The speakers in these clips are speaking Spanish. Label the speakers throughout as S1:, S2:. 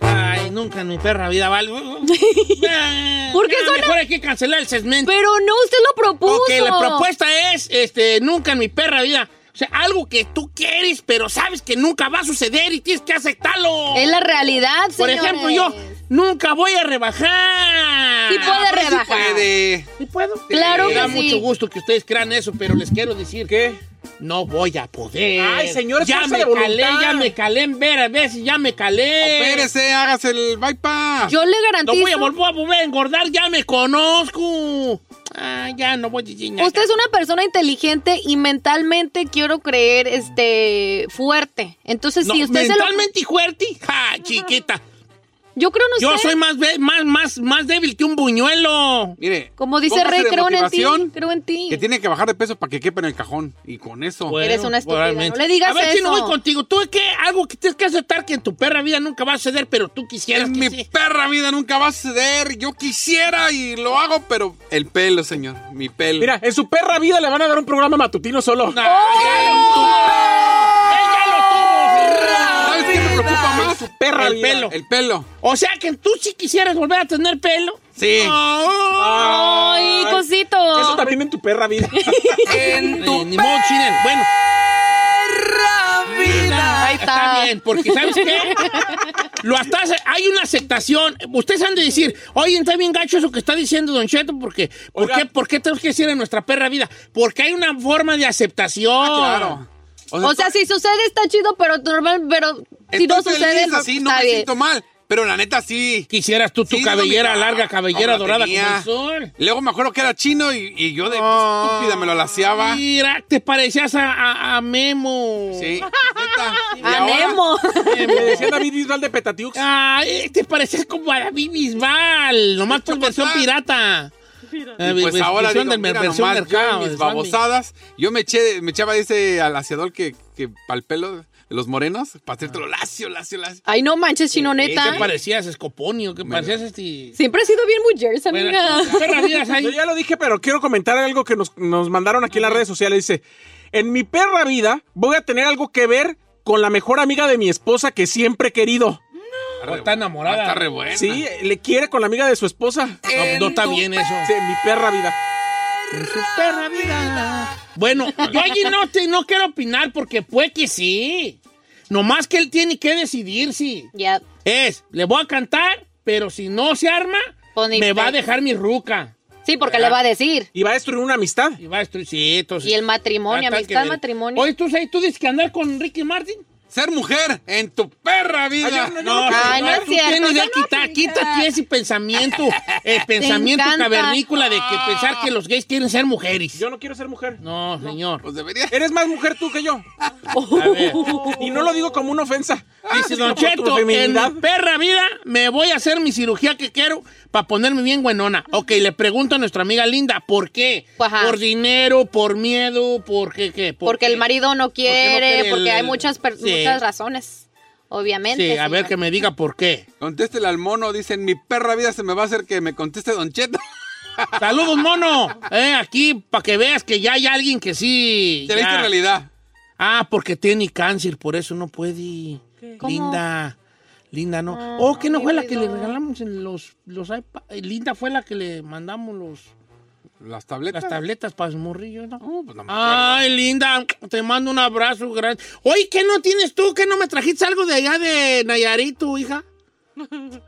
S1: Ay, nunca en mi perra vida valgo. Ah,
S2: ¿Por qué suena?
S1: Mejor hay que cancelar el segmento.
S2: Pero no, usted lo propuso.
S1: Ok, la propuesta es, este, nunca en mi perra vida. O sea, algo que tú quieres, pero sabes que nunca va a suceder y tienes que aceptarlo.
S2: Es la realidad,
S1: Por ejemplo, yo
S2: señores.
S1: nunca voy a rebajar. Ah,
S2: Sí puede
S3: Pero sí
S2: rebajar.
S3: puede.
S1: ¿Sí puedo?
S2: Claro
S1: Me da
S2: que sí.
S1: mucho gusto que ustedes crean eso, pero les quiero decir que
S3: ¿Qué?
S1: no voy a poder.
S3: Ay, señor, es
S1: ya
S3: fuerza
S1: me
S3: de voluntad.
S1: calé, ya me calé en ver a veces, ya me calé.
S3: Espérese, hágase el bypass.
S2: Yo le
S1: Ah, No
S2: garantizo.
S1: voy a volver a volver a engordar, ya me conozco. Ah, ya no voy a decir
S2: Usted es una persona inteligente y mentalmente quiero creer este fuerte. Entonces, si usted se lo
S1: mentalmente y fuerte. Ja, chiquita.
S2: Yo creo en usted.
S1: Yo soy más, ve- más, más, más débil que un buñuelo.
S3: Mire.
S2: Como dice
S3: póngase
S2: Rey,
S3: de
S2: creo en ti,
S3: motivación
S2: creo en ti.
S3: Que tiene que bajar de peso para que quepa en el cajón. Y con eso.
S1: Bueno,
S2: Eres una estúpida,
S1: probablemente.
S2: no le digas
S1: A ver si no
S2: eso.
S1: voy contigo. Tú es que algo que tienes que aceptar que en tu perra vida nunca va a suceder, pero tú quisieras
S3: En
S1: que
S3: mi
S1: sí.
S3: perra vida nunca va a ceder. Yo quisiera y lo hago, pero el pelo, señor. Mi pelo.
S4: Mira, en su perra vida le van a dar un programa matutino solo.
S1: No,
S2: ¡Oh!
S1: ya lo tuvo. Él ya lo
S3: ¿Sabes
S1: tuvo.
S3: qué me preocupa más? Su perra
S1: El
S3: vida.
S1: pelo.
S3: El pelo.
S1: O sea que tú sí quisieras volver a tener pelo. Ah.
S3: Sí.
S2: Ay, cosito.
S4: Eso también en tu perra vida.
S1: Eh, ni modo, chinen. Bueno.
S2: Ahí
S1: Está
S2: está.
S1: bien, porque ¿sabes qué? Lo hasta hay una aceptación. Ustedes han de decir, oye, está bien gacho eso que está diciendo Don Cheto, porque ¿por
S4: Oiga.
S1: qué, ¿por qué tenemos que decir en nuestra perra vida? Porque hay una forma de aceptación.
S3: Claro.
S2: O sea, si sucede está chido, pero normal, pero si no
S3: estoy
S2: sucede
S3: feliz
S2: no,
S3: así, no
S2: está
S3: me
S2: bien.
S3: siento mal. Pero la neta sí.
S1: Quisieras tú tu
S3: Sí,
S1: cabellera
S3: no, mira,
S1: larga,
S3: no
S1: cabellera
S3: la
S1: dorada
S3: tenía.
S1: como el sol.
S3: Luego me acuerdo que era chino y, y yo de
S1: Ah.
S3: estúpida me lo laseaba. Sí.
S1: Mira, te parecías a, a- a Memo.
S3: neta. ¿Y ahora? eh,
S2: Amemos.
S4: Me decía David Bisbal de Petatiux.
S1: Ay, te parecías como a David Bisbal, nomás por versión
S3: pasar.
S1: pirata. Eh,
S3: Y pues
S1: versión
S3: ahora digo,
S1: del-
S3: mira
S1: versión
S3: nomás, yo
S1: mercado,
S3: y mis
S1: de Sammy.
S3: babosadas. Yo me, eché, me echaba ese al aseador que, que pa'l pelo de los morenos, para hacértelo lacio, lacio, lacio.
S2: Ay, no manches, chino,
S1: Ah. ¿Qué
S2: neta.
S1: parecías, Escoponio? ¿Qué parecías este...?
S2: Siempre he sido bien mujeres, amiga.
S1: Bueno, perra vida, ahí.
S4: Yo ya lo dije, pero quiero comentar algo que nos, nos mandaron aquí en las redes sociales. Dice, en mi perra vida voy a tener algo que ver con la mejor amiga de mi esposa que siempre he querido.
S3: Está,
S1: Ah, está enamorada.
S3: Está re buena.
S4: Sí, le quiere con la amiga de su esposa.
S1: No, no está bien eso.
S4: Sí, mi perra vida.
S1: Perra vida. Bueno, yo allí no, te, no quiero opinar porque puede que sí. Nomás que él tiene que decidir si
S2: Ya.
S1: es, le voy a cantar, pero si no se arma,
S2: Pues ni
S1: me va a
S2: pe-
S1: dejar mi ruca. Ah.
S2: Sí, porque le va a decir.
S4: Y va a destruir una amistad.
S1: Y va a destruir, sí, entonces-
S2: Y el matrimonio,
S1: Ah, está que
S2: amistad,
S1: ver.
S2: matrimonio.
S1: Oye, ¿tú, sabes- tú dices que andar con Ricky Martin.
S3: Ser mujer en tu perra vida.
S4: Ay, yo no-
S1: No,
S2: Ay, no
S1: señora,
S2: es
S1: tú
S2: cierto,
S1: tienes
S2: yo
S1: ya
S2: no
S1: quitar,
S2: aplica.
S1: quítate ese pensamiento, el pensamiento
S2: encanta.
S1: cavernícola de que pensar que los gays quieren ser mujeres.
S4: Yo no quiero ser mujer.
S1: No, señor.
S3: Pues debería.
S4: Eres más mujer tú que yo.
S1: A ver. Ah,
S4: Y no lo digo como una ofensa.
S1: Dice
S4: Como
S1: Don
S4: tu
S1: Cheto, en
S4: feminidad.
S1: mi perra vida me voy a hacer mi cirugía que quiero para ponerme bien buenona. Ok, le pregunto a nuestra amiga Linda, ¿por qué?
S2: Ajá.
S1: ¿Por dinero? ¿Por miedo? ¿Por qué? qué? ¿Por
S2: Porque el
S1: qué?
S2: marido no quiere,
S1: quiere
S2: porque,
S1: el-
S2: hay muchas, per-
S1: Sí.
S2: muchas razones, obviamente.
S1: Sí, a ver
S2: señor.
S1: que me diga por qué.
S3: Contéstele al mono, dicen, mi perra vida se me va a hacer que me conteste Don Cheto.
S1: ¡Saludos, mono! Eh, aquí, para que veas que ya hay alguien que sí.
S3: Te la hice
S1: ya.
S3: realidad.
S1: Ah, porque tiene cáncer, por eso no puede.
S2: ¿Cómo?
S1: Linda. Linda, no.
S2: Ah,
S1: oh, que no
S2: mi
S1: fue la que le
S2: oído.
S1: Eh, regalamos en los, los iPad? Linda fue la que le mandamos los.
S3: Las tabletas.
S1: Las tabletas para morrillo, ¿no?
S3: No, pues no me acuerdo.
S1: Ay, linda, te mando un abrazo grande. Oye, ¿qué no tienes tú? ¿Qué no me trajiste algo de allá de Nayarit, tu hija?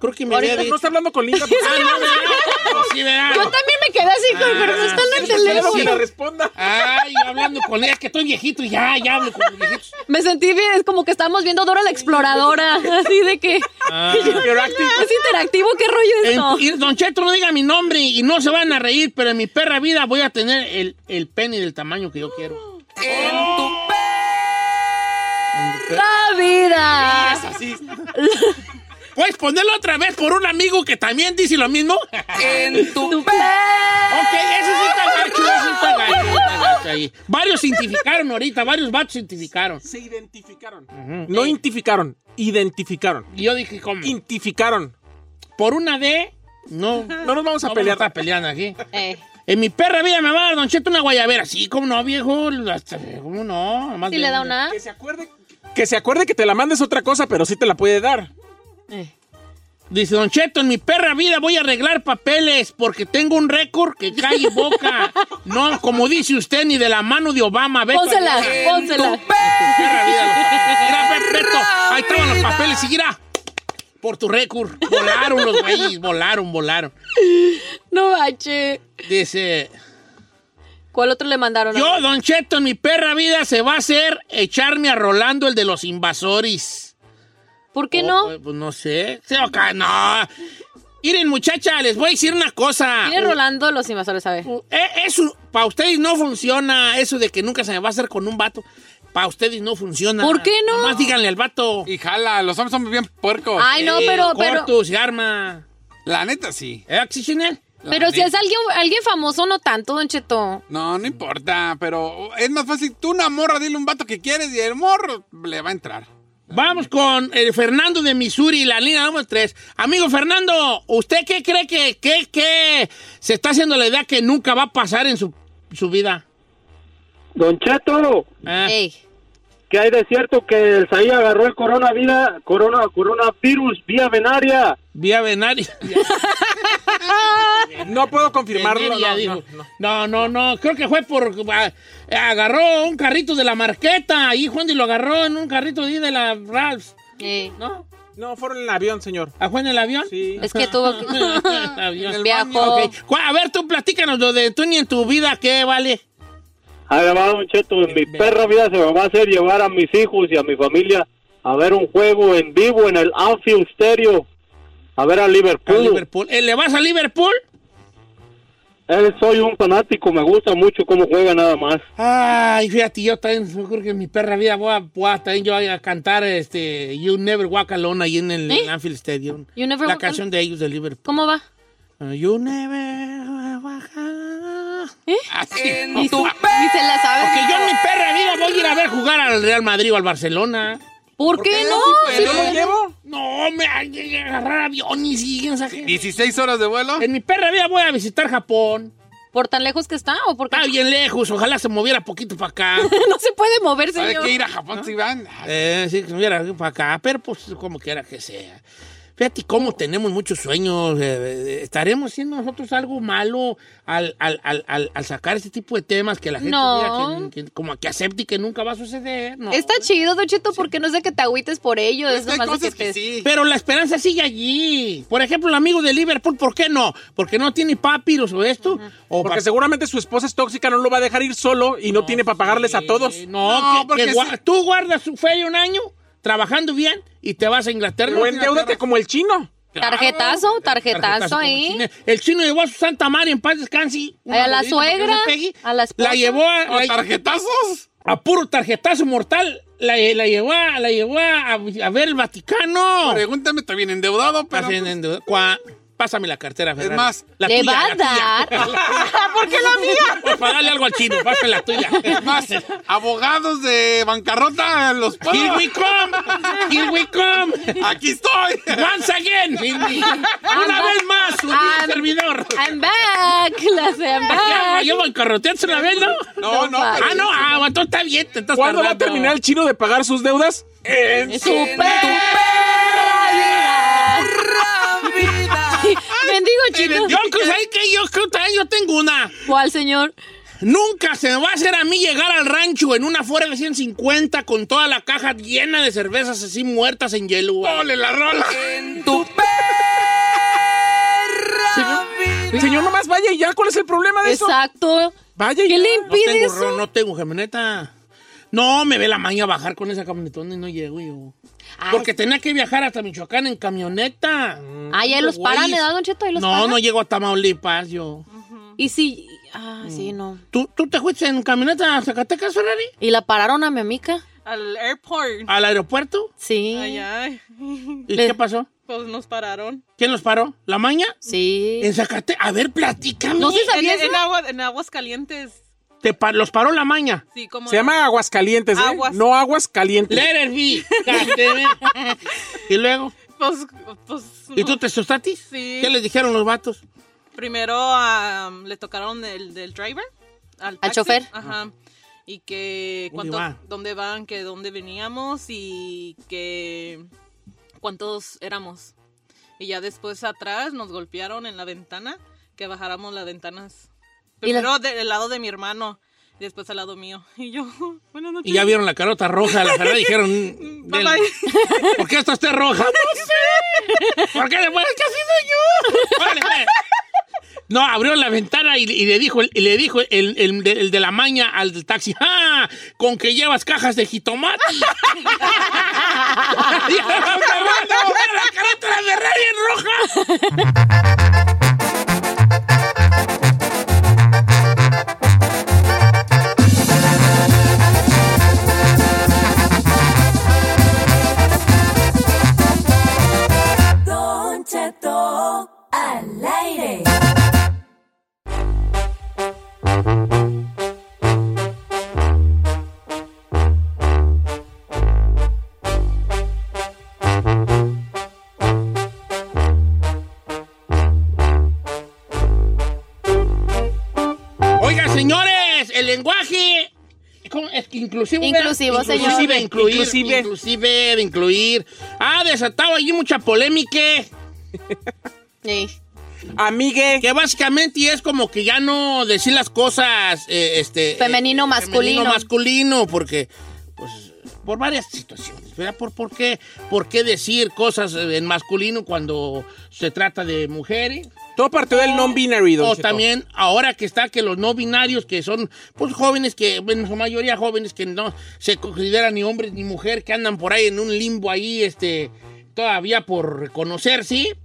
S1: Creo que me había
S4: Ahorita
S1: dicho.
S4: no está hablando con Linda. pues,
S1: Ah, no, ¿verdad? Sí, ¿verdad?
S2: Yo también me quedé
S1: Ah.
S2: así, con- pero no está en el
S1: sí, sí,
S4: quiero que
S1: sí.
S4: le
S2: teléfono.
S4: responda.
S1: Ay, yo hablando con ella, es que estoy viejito y ya, ya hablo con los viejitos.
S2: Me sentí bien, es como que estábamos viendo Dora la Exploradora, así de que...
S4: Interactive.
S2: Es interactivo, ¿qué rollo es
S1: Ah. En-
S2: esto?
S1: y don Cheto, no diga mi nombre y no se van a reír, pero en mi perra vida voy a tener el, el pene del tamaño que yo quiero.
S2: ¡La vida!
S3: Así.
S1: ¿Puedes ponerlo Pues otra vez por un amigo que también dice lo mismo?
S2: Tu
S1: Ok, ese sí está gacho, ese está gacho, está gacho ahí. Varios identificaron ahorita, varios vatos identificaron.
S4: Se identificaron. No identificaron, identificaron.
S1: Y yo dije, ¿cómo?
S4: Identificaron.
S1: Por una D, no.
S4: No nos vamos a pelear.
S1: está peleando aquí.
S2: Eh,
S1: En mi perra vida me va a dar Don Cheto una guayabera. Sí, ¿cómo no, viejo? Hasta- ¿Cómo no? Nomás
S2: ¿Sí le
S1: de
S2: da una
S1: una.
S2: A?
S4: Que se acuerde. Que se acuerde que te la mandes otra cosa, pero sí te la puede dar.
S2: Eh.
S1: Dice Don Cheto, en mi perra vida voy a arreglar papeles porque tengo un récord que cae y boca. No, como dice usted, ni de la mano de Obama. Vete a
S2: Pónsela,
S1: la-
S2: pónsela.
S1: perra vida los papeles. Mira, ve, Beto, ahí estaban los papeles y mira. Por tu récord. Volaron los güeyes, volaron, volaron.
S2: No bache.
S1: Dice,
S2: ¿Cuál otro le mandaron?
S1: yo, Don Cheto, en mi perra vida se va a hacer echarme a Rolando, el de los invasores.
S2: ¿Por qué
S1: Oh,
S2: no?
S1: Pues, pues, no sé. Se acá, no. Miren, muchacha, les voy a decir una cosa.
S2: Viene Rolando los invasores, a ver.
S1: Eh, Eso, para ustedes no funciona eso de que nunca se me va a hacer con un vato. Para ustedes no funciona.
S2: ¿Por qué no?
S1: Nomás díganle al vato.
S3: Y jala, los hombres son bien puercos.
S2: Ay, no, pero, pero,
S1: Eh, Corto, se arma.
S3: La neta, sí.
S1: ¿Eh, sí, Chinel?
S3: pues,
S2: pero si es alguien, alguien famoso, no tanto, Don Cheto.
S3: No, no importa, pero es más fácil. Tú una morra, dile un vato que quieres y el morro le va a entrar.
S1: Vamos con eh, Fernando de Missouri, la línea número 3. Amigo Fernando, ¿usted qué cree que, que, que se está haciendo la idea que nunca va a pasar en su, su vida?
S5: Don Cheto,
S1: Eh.
S2: Ey.
S5: que hay de cierto que el Saí agarró el coronavirus, corona, coronavirus vía venaria.
S1: Vía Venaria.
S4: No puedo confirmarlo.
S1: Venaria,
S4: no,
S1: dijo.
S4: no, no.
S1: No, no, no, creo que fue por... ah, agarró un carrito de la marqueta, ahí Juan y lo agarró en un carrito ahí de la Ralph,
S2: Ey.
S1: ¿no?
S4: No, fueron en el avión, señor.
S1: ¿A Juan en el avión?
S4: Sí.
S2: Eh. Es que tuvo
S1: El
S2: que...
S1: avión.
S2: Viajó.
S1: Ok. Juan, A ver, tú platícanos lo de tú ni en tu vida, ¿qué vale?
S5: Ahí va, Don Cheto, en mi perra vida se me va a hacer llevar a mis hijos y a mi familia a ver un juego en vivo en el Anfield Stereo, a ver a
S1: A
S5: Liverpool.
S1: Liverpool. Eh, ¿Le vas a Liverpool?
S5: Él Eh, soy un fanático, me gusta mucho cómo juega nada más.
S1: Ay, fíjate, yo también, yo creo que en mi perra vida voy a, voy a- también yo voy a cantar este You Never Walk Alone ahí en el
S2: ¿Eh?
S1: Anfield Stadium.
S2: You Never Walk
S1: la
S2: Alone.
S1: canción de ellos de Liverpool. Ah,
S2: ¿Cómo va?
S1: You never walk alone.
S2: ¿Eh?
S1: Así.
S2: Ni, su- ni se la sabe.
S1: Porque yo en mi perra vida voy a ir a ver jugar al Real Madrid o al Barcelona.
S2: ¿Por qué no? Sí,
S4: ¿Yo lo llevo?
S1: No, me hay que agarrar aviones y quién sabe qué.
S3: 16 horas de vuelo.
S1: En mi perra vida voy a visitar Japón.
S2: ¿Por tan lejos que está o porque
S1: Está bien lejos, ojalá se moviera poquito para acá.
S2: no se puede mover,
S3: ¿Sabe
S2: señor?
S3: qué ir a Japón si van? Ay,
S1: Eh, sí, que se moviera para acá, pero pues como quiera que sea. Fíjate cómo tenemos muchos sueños. eh, eh, ¿Estaremos haciendo nosotros algo malo al, al- al- al- al sacar este tipo de temas que la gente
S2: No.
S1: diga que, que- como que acepte y que nunca va a suceder? No.
S2: Está chido, Don Cheto, porque no sé que te agüites por ello.
S3: pero
S2: Es
S3: es que hay
S2: nomás de
S3: cosas
S2: que
S3: que
S2: te...
S3: sí.
S1: Pero la esperanza sigue allí. Por ejemplo, el amigo de Liverpool, ¿por qué no? Porque no tiene papiros o esto. o
S4: Porque
S1: pa-
S4: seguramente su esposa es tóxica, no lo va a dejar ir solo y no, tiene para pagarles a todos.
S1: Eh, no,
S3: No,
S1: que- que
S3: porque
S1: gua-
S3: sí.
S1: tú guardas su feria un año trabajando bien y te vas a Inglaterra.
S4: O endeúdate como el chino.
S2: Tarjetazo, tarjetazo,
S1: como
S2: ahí.
S1: chine- El chino llevó a su Santa María en paz descanse. una
S2: a la
S1: bolita para que no
S2: suegra,
S1: se pegue.
S2: a la esposa.
S1: La llevó a,
S3: ¿O
S1: la-
S3: tarjetazos?
S1: a puro tarjetazo mortal. La, la llevó, a, la llevó a, a ver el Vaticano.
S3: Pregúntame, estoy bien endeudado, pero... pues-
S1: Así en- en- cua- Pásame la cartera, Ferrari.
S3: más,
S1: La
S2: Le
S1: tuya,
S2: va a
S1: la tuya.
S2: dar. ¿Por qué la mía?
S1: Pues para darle algo al chino, pásame la tuya.
S3: Es más, abogados de bancarrota los puedo.
S1: Here we come, here we come.
S3: Aquí estoy.
S1: Once again,
S2: Ah,
S1: una vez más, un
S2: I'm-
S1: servidor.
S2: I'm back, las I'm
S1: Ya,
S2: back.
S1: yo bancarrotearse una vez, ¿no?
S3: No, no, pero-
S1: Ah, no, ah, aguantó, está bien, te estás
S4: ¿Cuándo va a
S1: tardando.
S4: terminar el chino de pagar sus deudas? En
S2: Super. Bendigo,
S1: Yo
S2: chino.
S1: creo, ¿sabes qué? Yo creo que yo tengo una.
S2: ¿Cuál, señor?
S1: Nunca se me va a hacer a mí llegar al rancho en una Ford F-150 con toda la caja llena de cervezas así muertas en hielo. güey.
S3: ¡Ole la rola!
S4: El señor nomás vaya y ya, ¿cuál es el problema de eso?
S2: Exacto.
S4: Vaya y
S2: ¿Qué
S4: ya.
S2: le
S1: No tengo,
S2: impide eso?
S1: ro- no tengo camioneta. No, me ve la maña bajar con esa camionetona y no llego yo.
S6: Ah,
S2: Ay.
S1: Porque tenía que viajar hasta Michoacán en camioneta.
S6: Mm.
S2: Ah, ya los paran,
S1: Güeyes.
S2: ¿verdad, Don Cheto? Ahí los
S1: no,
S2: paran.
S1: no llego a Tamaulipas yo.
S2: Y si... Ah, sí,
S1: Mm.
S2: no.
S1: ¿Tú, tú te fuiste en camioneta a Zacatecas, Ferrari?
S2: ¿Y la pararon a mi amiga?
S6: Al airport.
S1: ¿Al aeropuerto?
S2: Sí.
S6: Ah, Allá.
S1: Ah. ¿Y
S2: Le-
S1: qué pasó?
S6: Pues nos pararon.
S1: ¿Quién los paró? ¿La maña?
S2: Sí.
S1: En Zacatecas. A ver, platícame.
S2: No sé si-
S6: En,
S2: ¿Sabías,
S6: en
S2: no?
S6: agua, en aguas calientes.
S1: Te pa- los paró la maña.
S6: Sí, como.
S4: Se llama Aguascalientes, ¿eh?
S6: Aguas.
S4: No Aguascalientes.
S1: Let it be. God damn it. y luego,
S6: Pues, pues,
S1: ¿y tú te asustaste?
S6: Sí.
S1: ¿Qué les dijeron los vatos?
S6: Primero am, le tocaron el del driver. Al, taxi,
S2: chofer?
S6: Ajá. Y que
S1: ¿Dónde
S6: cuánto,
S1: va?
S6: dónde van, que dónde veníamos y que cuántos éramos. Y ya después atrás nos golpearon en la ventana, que bajáramos las ventanas.
S2: ¿Y la-
S6: Primero de- del lado de mi hermano, y después al lado mío. Y yo, buenas noches.
S1: Y ya vieron la carota roja, la verdad dijeron. mm,
S6: Bye,
S1: del- ¿Por qué esta está roja? No sé. ¿Por qué después que ha sido yo? Órale, pues. No, abrió la ventana y, y le dijo, el- y le dijo el, el de, el de la maña al del taxi, ¡ah! Con que llevas cajas de jitomate. Y ahora me van a mover la carota de Ferrari en roja. Oiga, señores, el lenguaje ¿cómo? es que inclusivo. ¿verdad?
S2: Inclusivo, señor.
S1: Inclusive, incluir, inclusive.
S4: Inclusive.
S1: de incluir. Ah, desatado allí mucha polémica.
S2: Sí.
S4: Amigue.
S1: Que básicamente es como que ya no decir las cosas, eh, este... eh,
S2: Femenino, masculino.
S1: masculino, porque, pues, por varias situaciones, ¿verdad? ¿Por, por, qué, ¿Por qué decir cosas eh, en masculino cuando se trata de mujeres?
S4: Todo partió del non-binary, don
S1: O
S4: Cheto.
S1: también ahora que está que los no binarios, que son pues jóvenes que, en su mayoría jóvenes que no se consideran ni hombres ni mujer, que andan por ahí en un limbo ahí, este, todavía por reconocerse,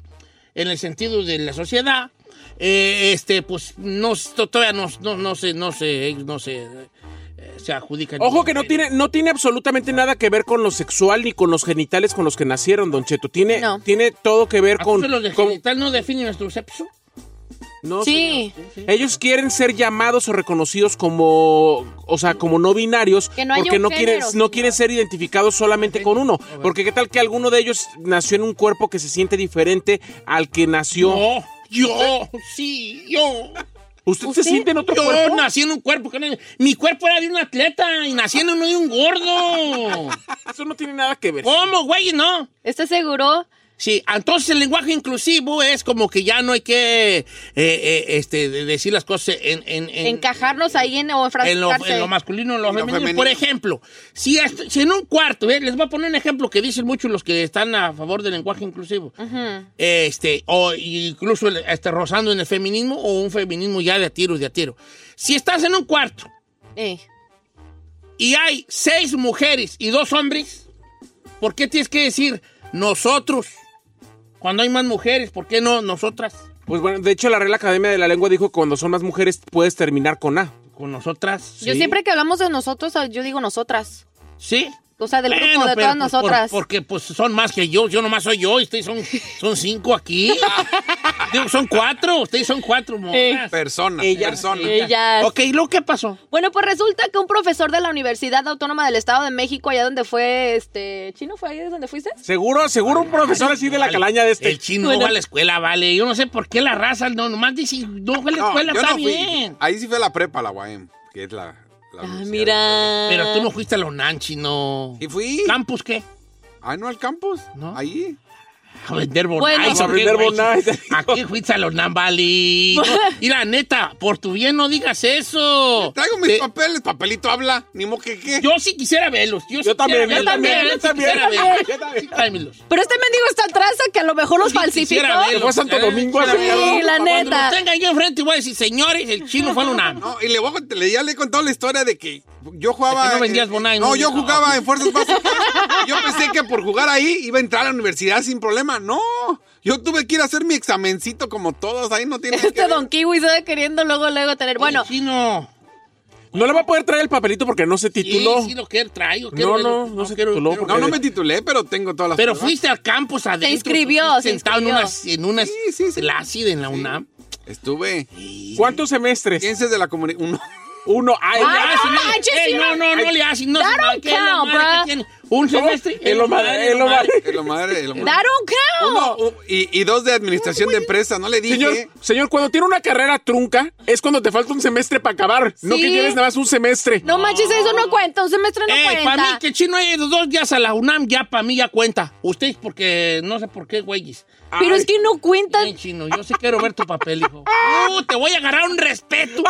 S1: en el sentido de la sociedad, eh, este, pues no, todavía no, no, no se, no se, no se, eh, se adjudican.
S4: Ojo que no tiene, no tiene absolutamente nada que ver con lo sexual ni con los genitales con los que nacieron, don Cheto. Tiene,
S2: No.
S4: tiene todo que ver
S1: ¿Acaso
S4: con...
S1: los de
S4: con-
S1: genital no definen nuestro sexo?
S4: no,
S2: Sí.
S4: señor. Ellos quieren ser llamados o reconocidos como, o sea, como no binarios,
S2: Que no haya
S4: porque
S2: un
S4: no quieren,
S2: género,
S4: no
S2: señor.
S4: quieren ser identificados solamente con uno. Porque qué tal que alguno de ellos nació en un cuerpo que se siente diferente al que nació.
S1: No, yo, sí, yo.
S4: ¿Usted, se
S2: ¿Usted?
S4: siente en otro
S1: Yo
S4: cuerpo?
S1: nací en un cuerpo que no- Mi cuerpo era de un atleta y nací en uno de un gordo.
S4: Eso no tiene nada que ver.
S1: ¿Cómo, güey? No.
S2: ¿Estás seguro?
S1: Sí, entonces el lenguaje inclusivo es como que ya no hay que eh, eh, este, de- decir las cosas en... en, en-
S2: Encajarnos ahí en, o
S1: en lo,
S2: enfrascarse.
S1: en lo masculino, en lo,
S3: En lo
S1: femenino.
S3: femenino.
S1: Por ejemplo, si, est- si en un cuarto, eh, les voy a poner un ejemplo que dicen muchos los que están a favor del lenguaje inclusivo, este, o incluso el- este, rozando en el feminismo o un feminismo ya de a tiros, de a tiro. Si estás en un cuarto
S2: Eh,
S1: y hay seis mujeres y dos hombres, ¿por qué tienes que decir nosotros? Cuando hay más mujeres, ¿por qué no nosotras?
S4: Pues bueno, de hecho la Real Academia de la Lengua dijo que cuando son más mujeres puedes terminar con A.
S1: Con nosotras.
S2: Yo siempre que hablamos de nosotros, yo digo nosotras.
S1: Sí.
S2: O sea, del
S1: Bueno,
S2: grupo, de
S1: pero
S2: todas
S1: pues por-
S2: nosotras.
S1: porque pues son más que yo, yo nomás soy yo, y ustedes son, son cinco aquí. Digo, son cuatro, ustedes son cuatro morras.
S3: Personas,
S4: Ella.
S3: personas.
S2: Ellas.
S1: Ok, ¿y luego qué pasó?
S2: Bueno, pues resulta que un profesor de la Universidad Autónoma del Estado de México, allá donde fue, este, ¿chino fue ahí de donde fuiste?
S4: Seguro, seguro un profesor así de la
S1: Vale,
S4: calaña de este.
S1: El chino no va a la escuela, vale. Yo no sé por qué la raza, no, nomás dice, no, fue a la
S3: No,
S1: escuela,
S3: yo
S1: está
S3: no fui.
S1: bien.
S3: Ahí sí fue la prepa, la UAM, que es la. la
S2: Ah,
S3: universidad.
S2: mira.
S1: Pero tú no fuiste a la UNAM, chino.
S3: Y fui.
S1: ¿Campus qué?
S3: Ah, no al campus.
S1: ¿No?
S3: Ahí.
S1: A vender bonais.
S6: Bueno.
S4: A vender bonais.
S1: Aquí fuiste a los Nambali. Y la neta, por tu bien no digas eso.
S3: Traigo mis
S1: Te-
S3: papeles, papelito habla, ni mo que qué.
S1: Yo sí quisiera verlos. Yo, sí
S4: Yo también,
S1: quisiera
S4: yo
S1: verlos,
S4: también, yo
S1: sí
S4: también.
S1: quisiera verlos.
S4: Yo también.
S1: Sí, tráemelos.
S2: Pero este mendigo está atrás a que a lo mejor los
S1: Sí
S2: falsificó.
S1: quisiera verlos,
S4: Se fue a Santo
S1: eh,
S4: Domingo a
S1: quisiera
S4: sacar-
S1: verlos.
S2: Sí, la
S1: Cuando
S2: neta.
S1: los tenga yo enfrente voy a decir, señores, el chino fue a una.
S3: No, y le voy a cont- le- ya le he contado la historia de que yo jugaba.
S1: De que no vendías Bonai,
S3: No,
S1: ¿no? Ah,
S3: yo
S1: No.
S3: jugaba en Fuerzas Básicas. yo pensé que por jugar ahí iba a entrar a la universidad sin problema. No, yo tuve que ir a hacer mi examencito como todos. Ahí no tiene. que
S2: Este
S3: ver.
S2: Don Kiwi se va queriendo luego, luego tener. Bueno,
S1: El chino.
S4: No le va a poder traer el papelito porque no se tituló.
S1: Sí, sí lo quiero, traigo.
S4: No,
S1: quiero
S4: no,
S1: verlo.
S4: no se
S1: quiero-
S4: tituló
S1: quiero-
S3: No, no me titulé, pero tengo todas las.
S1: Pero
S3: pruebas.
S1: fuiste al campus adentro.
S2: inscribió, se
S1: estuviste sentado
S2: inscribió.
S1: en una, en una
S3: Sí, sí, sí.
S1: clase en la UNAM.
S3: Estuve.
S4: ¿Cuántos semestres?
S3: Ciencias de la comunicación.
S4: Uno. Ay,
S2: Ay,
S4: ya.
S1: Ah, sí,
S2: no manches,
S1: eh,
S2: sí,
S1: no, no, no
S4: ay.
S1: le hacen. No,
S2: That
S1: se
S2: don't
S1: marque, es lo
S2: count,
S1: madre que
S2: bruh.
S1: tiene. Un semestre.
S4: En lo madre, en lo madre.
S3: La madre. lo-
S2: dar un cao.
S3: Uno, u- y, y dos de administración de empresa, no le dije.
S4: Señor, señor, cuando tiene una carrera trunca, es cuando te falta un semestre para acabar. No que
S2: Sí.
S4: lleves nada más un semestre.
S2: No manches, eso no cuenta, un semestre no
S1: Eh,
S2: cuenta.
S1: para mí que el chino haya ido dos días a la UNAM, ya para mí ya cuenta. Ustedes porque no sé por qué, güeyes.
S2: Pero es que no Ah. cuenta.
S1: Bien, chino, yo sí quiero ver tu papel, hijo. Uh, te voy a agarrar un respeto.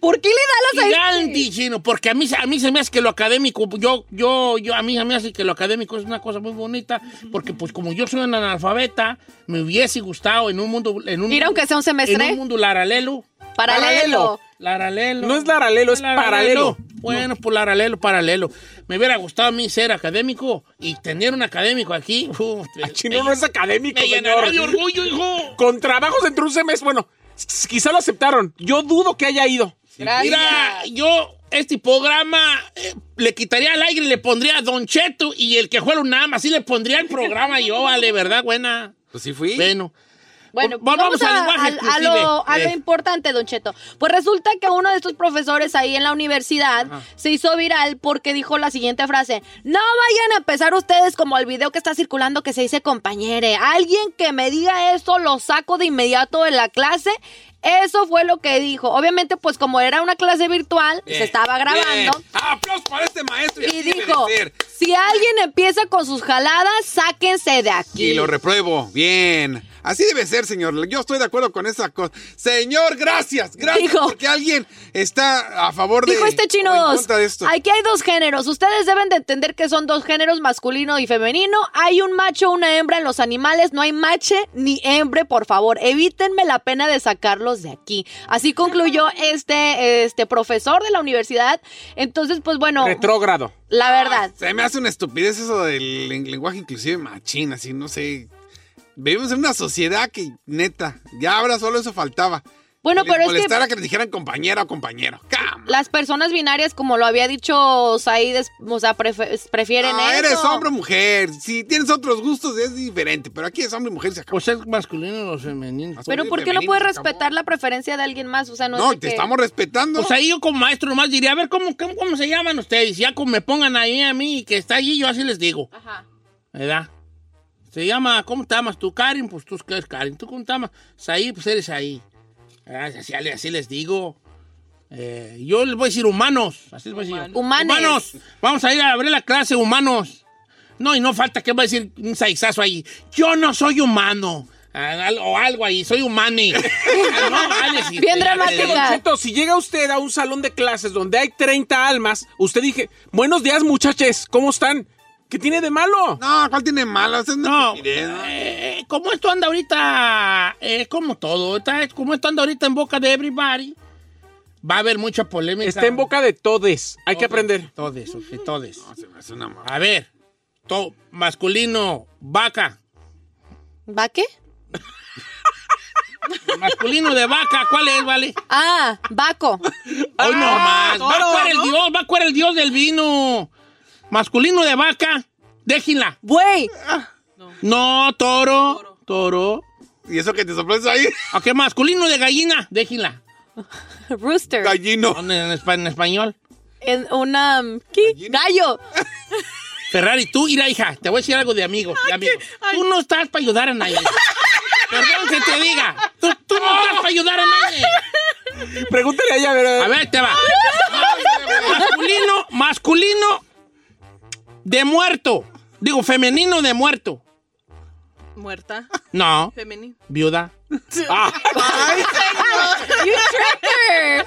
S2: ¿Por qué le da las este?
S1: Gigante, chino, porque a mí, se- a mí se me hace que lo académico, yo, yo, yo, a mí se me hace que lo académico es una cosa muy bonita, porque pues como yo soy un analfabeta, me hubiese gustado en un mundo, en un,
S2: Ir aunque sea un semestre.
S1: en un mundo laralelo.
S2: Paralelo.
S1: Laralelo.
S4: No es laralelo, es paralelo.
S1: Bueno, pues laralelo, paralelo. Me hubiera gustado a mí ser académico y tener un académico aquí. uf,
S4: El
S2: Ah,
S1: me-
S4: chino no es académico,
S1: me llenará de
S4: señor.
S1: orgullo, hijo.
S4: Con trabajos entre un semestre. Bueno, s- quizá lo aceptaron. Yo dudo que haya ido.
S2: Gracias.
S1: Mira, yo este programa eh, le quitaría al aire y le pondría a Don Cheto y el que juega nada más, así le pondría el programa yo, vale, ¿verdad? Buena.
S3: Pues sí fui.
S1: Bueno.
S2: Bueno,
S1: Pues, Va- vamos
S2: vamos,
S1: al
S2: a, al-
S1: lenguaje
S2: a lo,
S1: inclusive.
S2: a lo
S1: Eh.
S2: importante, Don Cheto. Pues resulta que uno de estos profesores ahí en la universidad se hizo viral porque dijo la siguiente frase: No vayan a empezar ustedes como el video que está circulando que se dice compañere. Alguien que me diga eso lo saco de inmediato de la clase. Eso fue lo que dijo. Obviamente, pues como era una clase virtual, se estaba grabando.
S3: Bien. ¡Aplausos para este maestro!
S2: Y
S3: así debe
S2: dijo,
S3: de ser.
S2: si alguien empieza con sus jaladas, sáquense de aquí.
S3: Y lo repruebo. Bien. Así debe ser, señor. Yo estoy de acuerdo con esa cosa. Señor, gracias. Gracias.
S2: Dijo-
S3: porque alguien está a favor de.
S2: Dijo este chino
S3: o en
S2: dos.
S3: contra de esto.
S2: Aquí hay dos géneros. Ustedes deben de entender que son dos géneros, masculino y femenino. Hay un macho, una hembra en los animales. No hay mache ni hembre, por favor. Evítenme la pena de sacarlos de aquí. Así concluyó este, este profesor de la universidad. Entonces, pues bueno,
S4: Retrógrado.
S2: la verdad.
S3: Se me hace una estupidez eso del len- lenguaje inclusive machín, así, no sé. Vivimos en una sociedad que, neta, ya ahora solo eso faltaba.
S2: Bueno,
S3: Les
S2: pero es que-
S3: molestara que les dijeran compañera o compañero. ¡Cam!
S2: Las personas binarias, como lo había dicho Said, es- o sea, prefe- prefieren
S3: Ah,
S2: eso.
S3: eres hombre o mujer. Si tienes otros gustos es diferente, pero aquí es hombre y mujer se acabó.
S1: Pues es masculino o femenino.
S2: Pero ¿por qué no puedes respetar la preferencia de alguien más? O sea, no,
S3: No,
S2: es de
S3: te
S2: que-
S3: estamos respetando.
S1: Pues ahí yo como maestro nomás diría, a ver, ¿cómo, cómo, cómo se llaman ustedes? Ya como me pongan ahí a mí que está allí, yo así les digo.
S2: Ajá.
S1: ¿Verdad? Se llama, ¿cómo te llamas tú, Karin? Pues tú eres Karin. ¿Tú cómo te llamas? Saí, pues eres ahí. Así, así les digo. Eh, yo les voy a decir humanos. Así les voy a decir. yo.
S2: Humanes.
S1: Humanos. Vamos a ir a abrir la clase humanos. No, y no falta que va a decir un saizazo ahí. Yo no soy humano. Ah, al- O algo ahí, soy humani. Ah, no, vale, sí,
S2: Bien
S1: te-
S2: dramática.
S4: Don Cheto, si llega usted a un salón de clases donde hay 30 almas, usted dije, buenos días muchaches, ¿cómo están? ¿Qué tiene de malo?
S3: No, ¿cuál tiene malo? Eso es una
S1: No,
S3: estupidez, ¿no?
S1: eh, como esto anda ahorita, eh, como todo, está- como esto anda ahorita en boca de everybody, va a haber mucha polémica.
S4: Está en boca de todes, hay que
S1: Todes,
S4: aprender.
S1: Todes, ok, todes.
S3: Se me hace una ma-
S1: A ver, to- masculino, vaca.
S2: ¿Va qué?
S1: Masculino de vaca, ¿cuál es, vale?
S2: Ah, Baco.
S1: Hoy no
S4: Ah,
S1: más. Va a
S4: toro,
S1: cuar el
S4: ¿no?
S1: dios, va a cuar el dios del vino. Masculino de vaca, déjenla.
S2: Güey,
S1: No, toro, toro.
S3: Y eso que te sorprendes ahí,
S1: Ok, masculino de gallina, déjenla.
S2: rooster.
S3: gallino.
S1: En, en espa- en español.
S2: En una. um, ¿Qué? Gallo.
S1: Ferrari, tú, mira, hija, te voy a decir algo de amigos. de amigos. Tú no estás para ayudar a nadie. Perdón que te diga. Tú, tú no estás para ayudar a nadie.
S4: Pregúntale a ella, a ver, a ver.
S1: A ver, te va. masculino, masculino de muerto. Digo, femenino de muerto.
S6: Muerta.
S1: No,
S6: Femenina.
S1: viuda. Ah,
S2: You tricked her.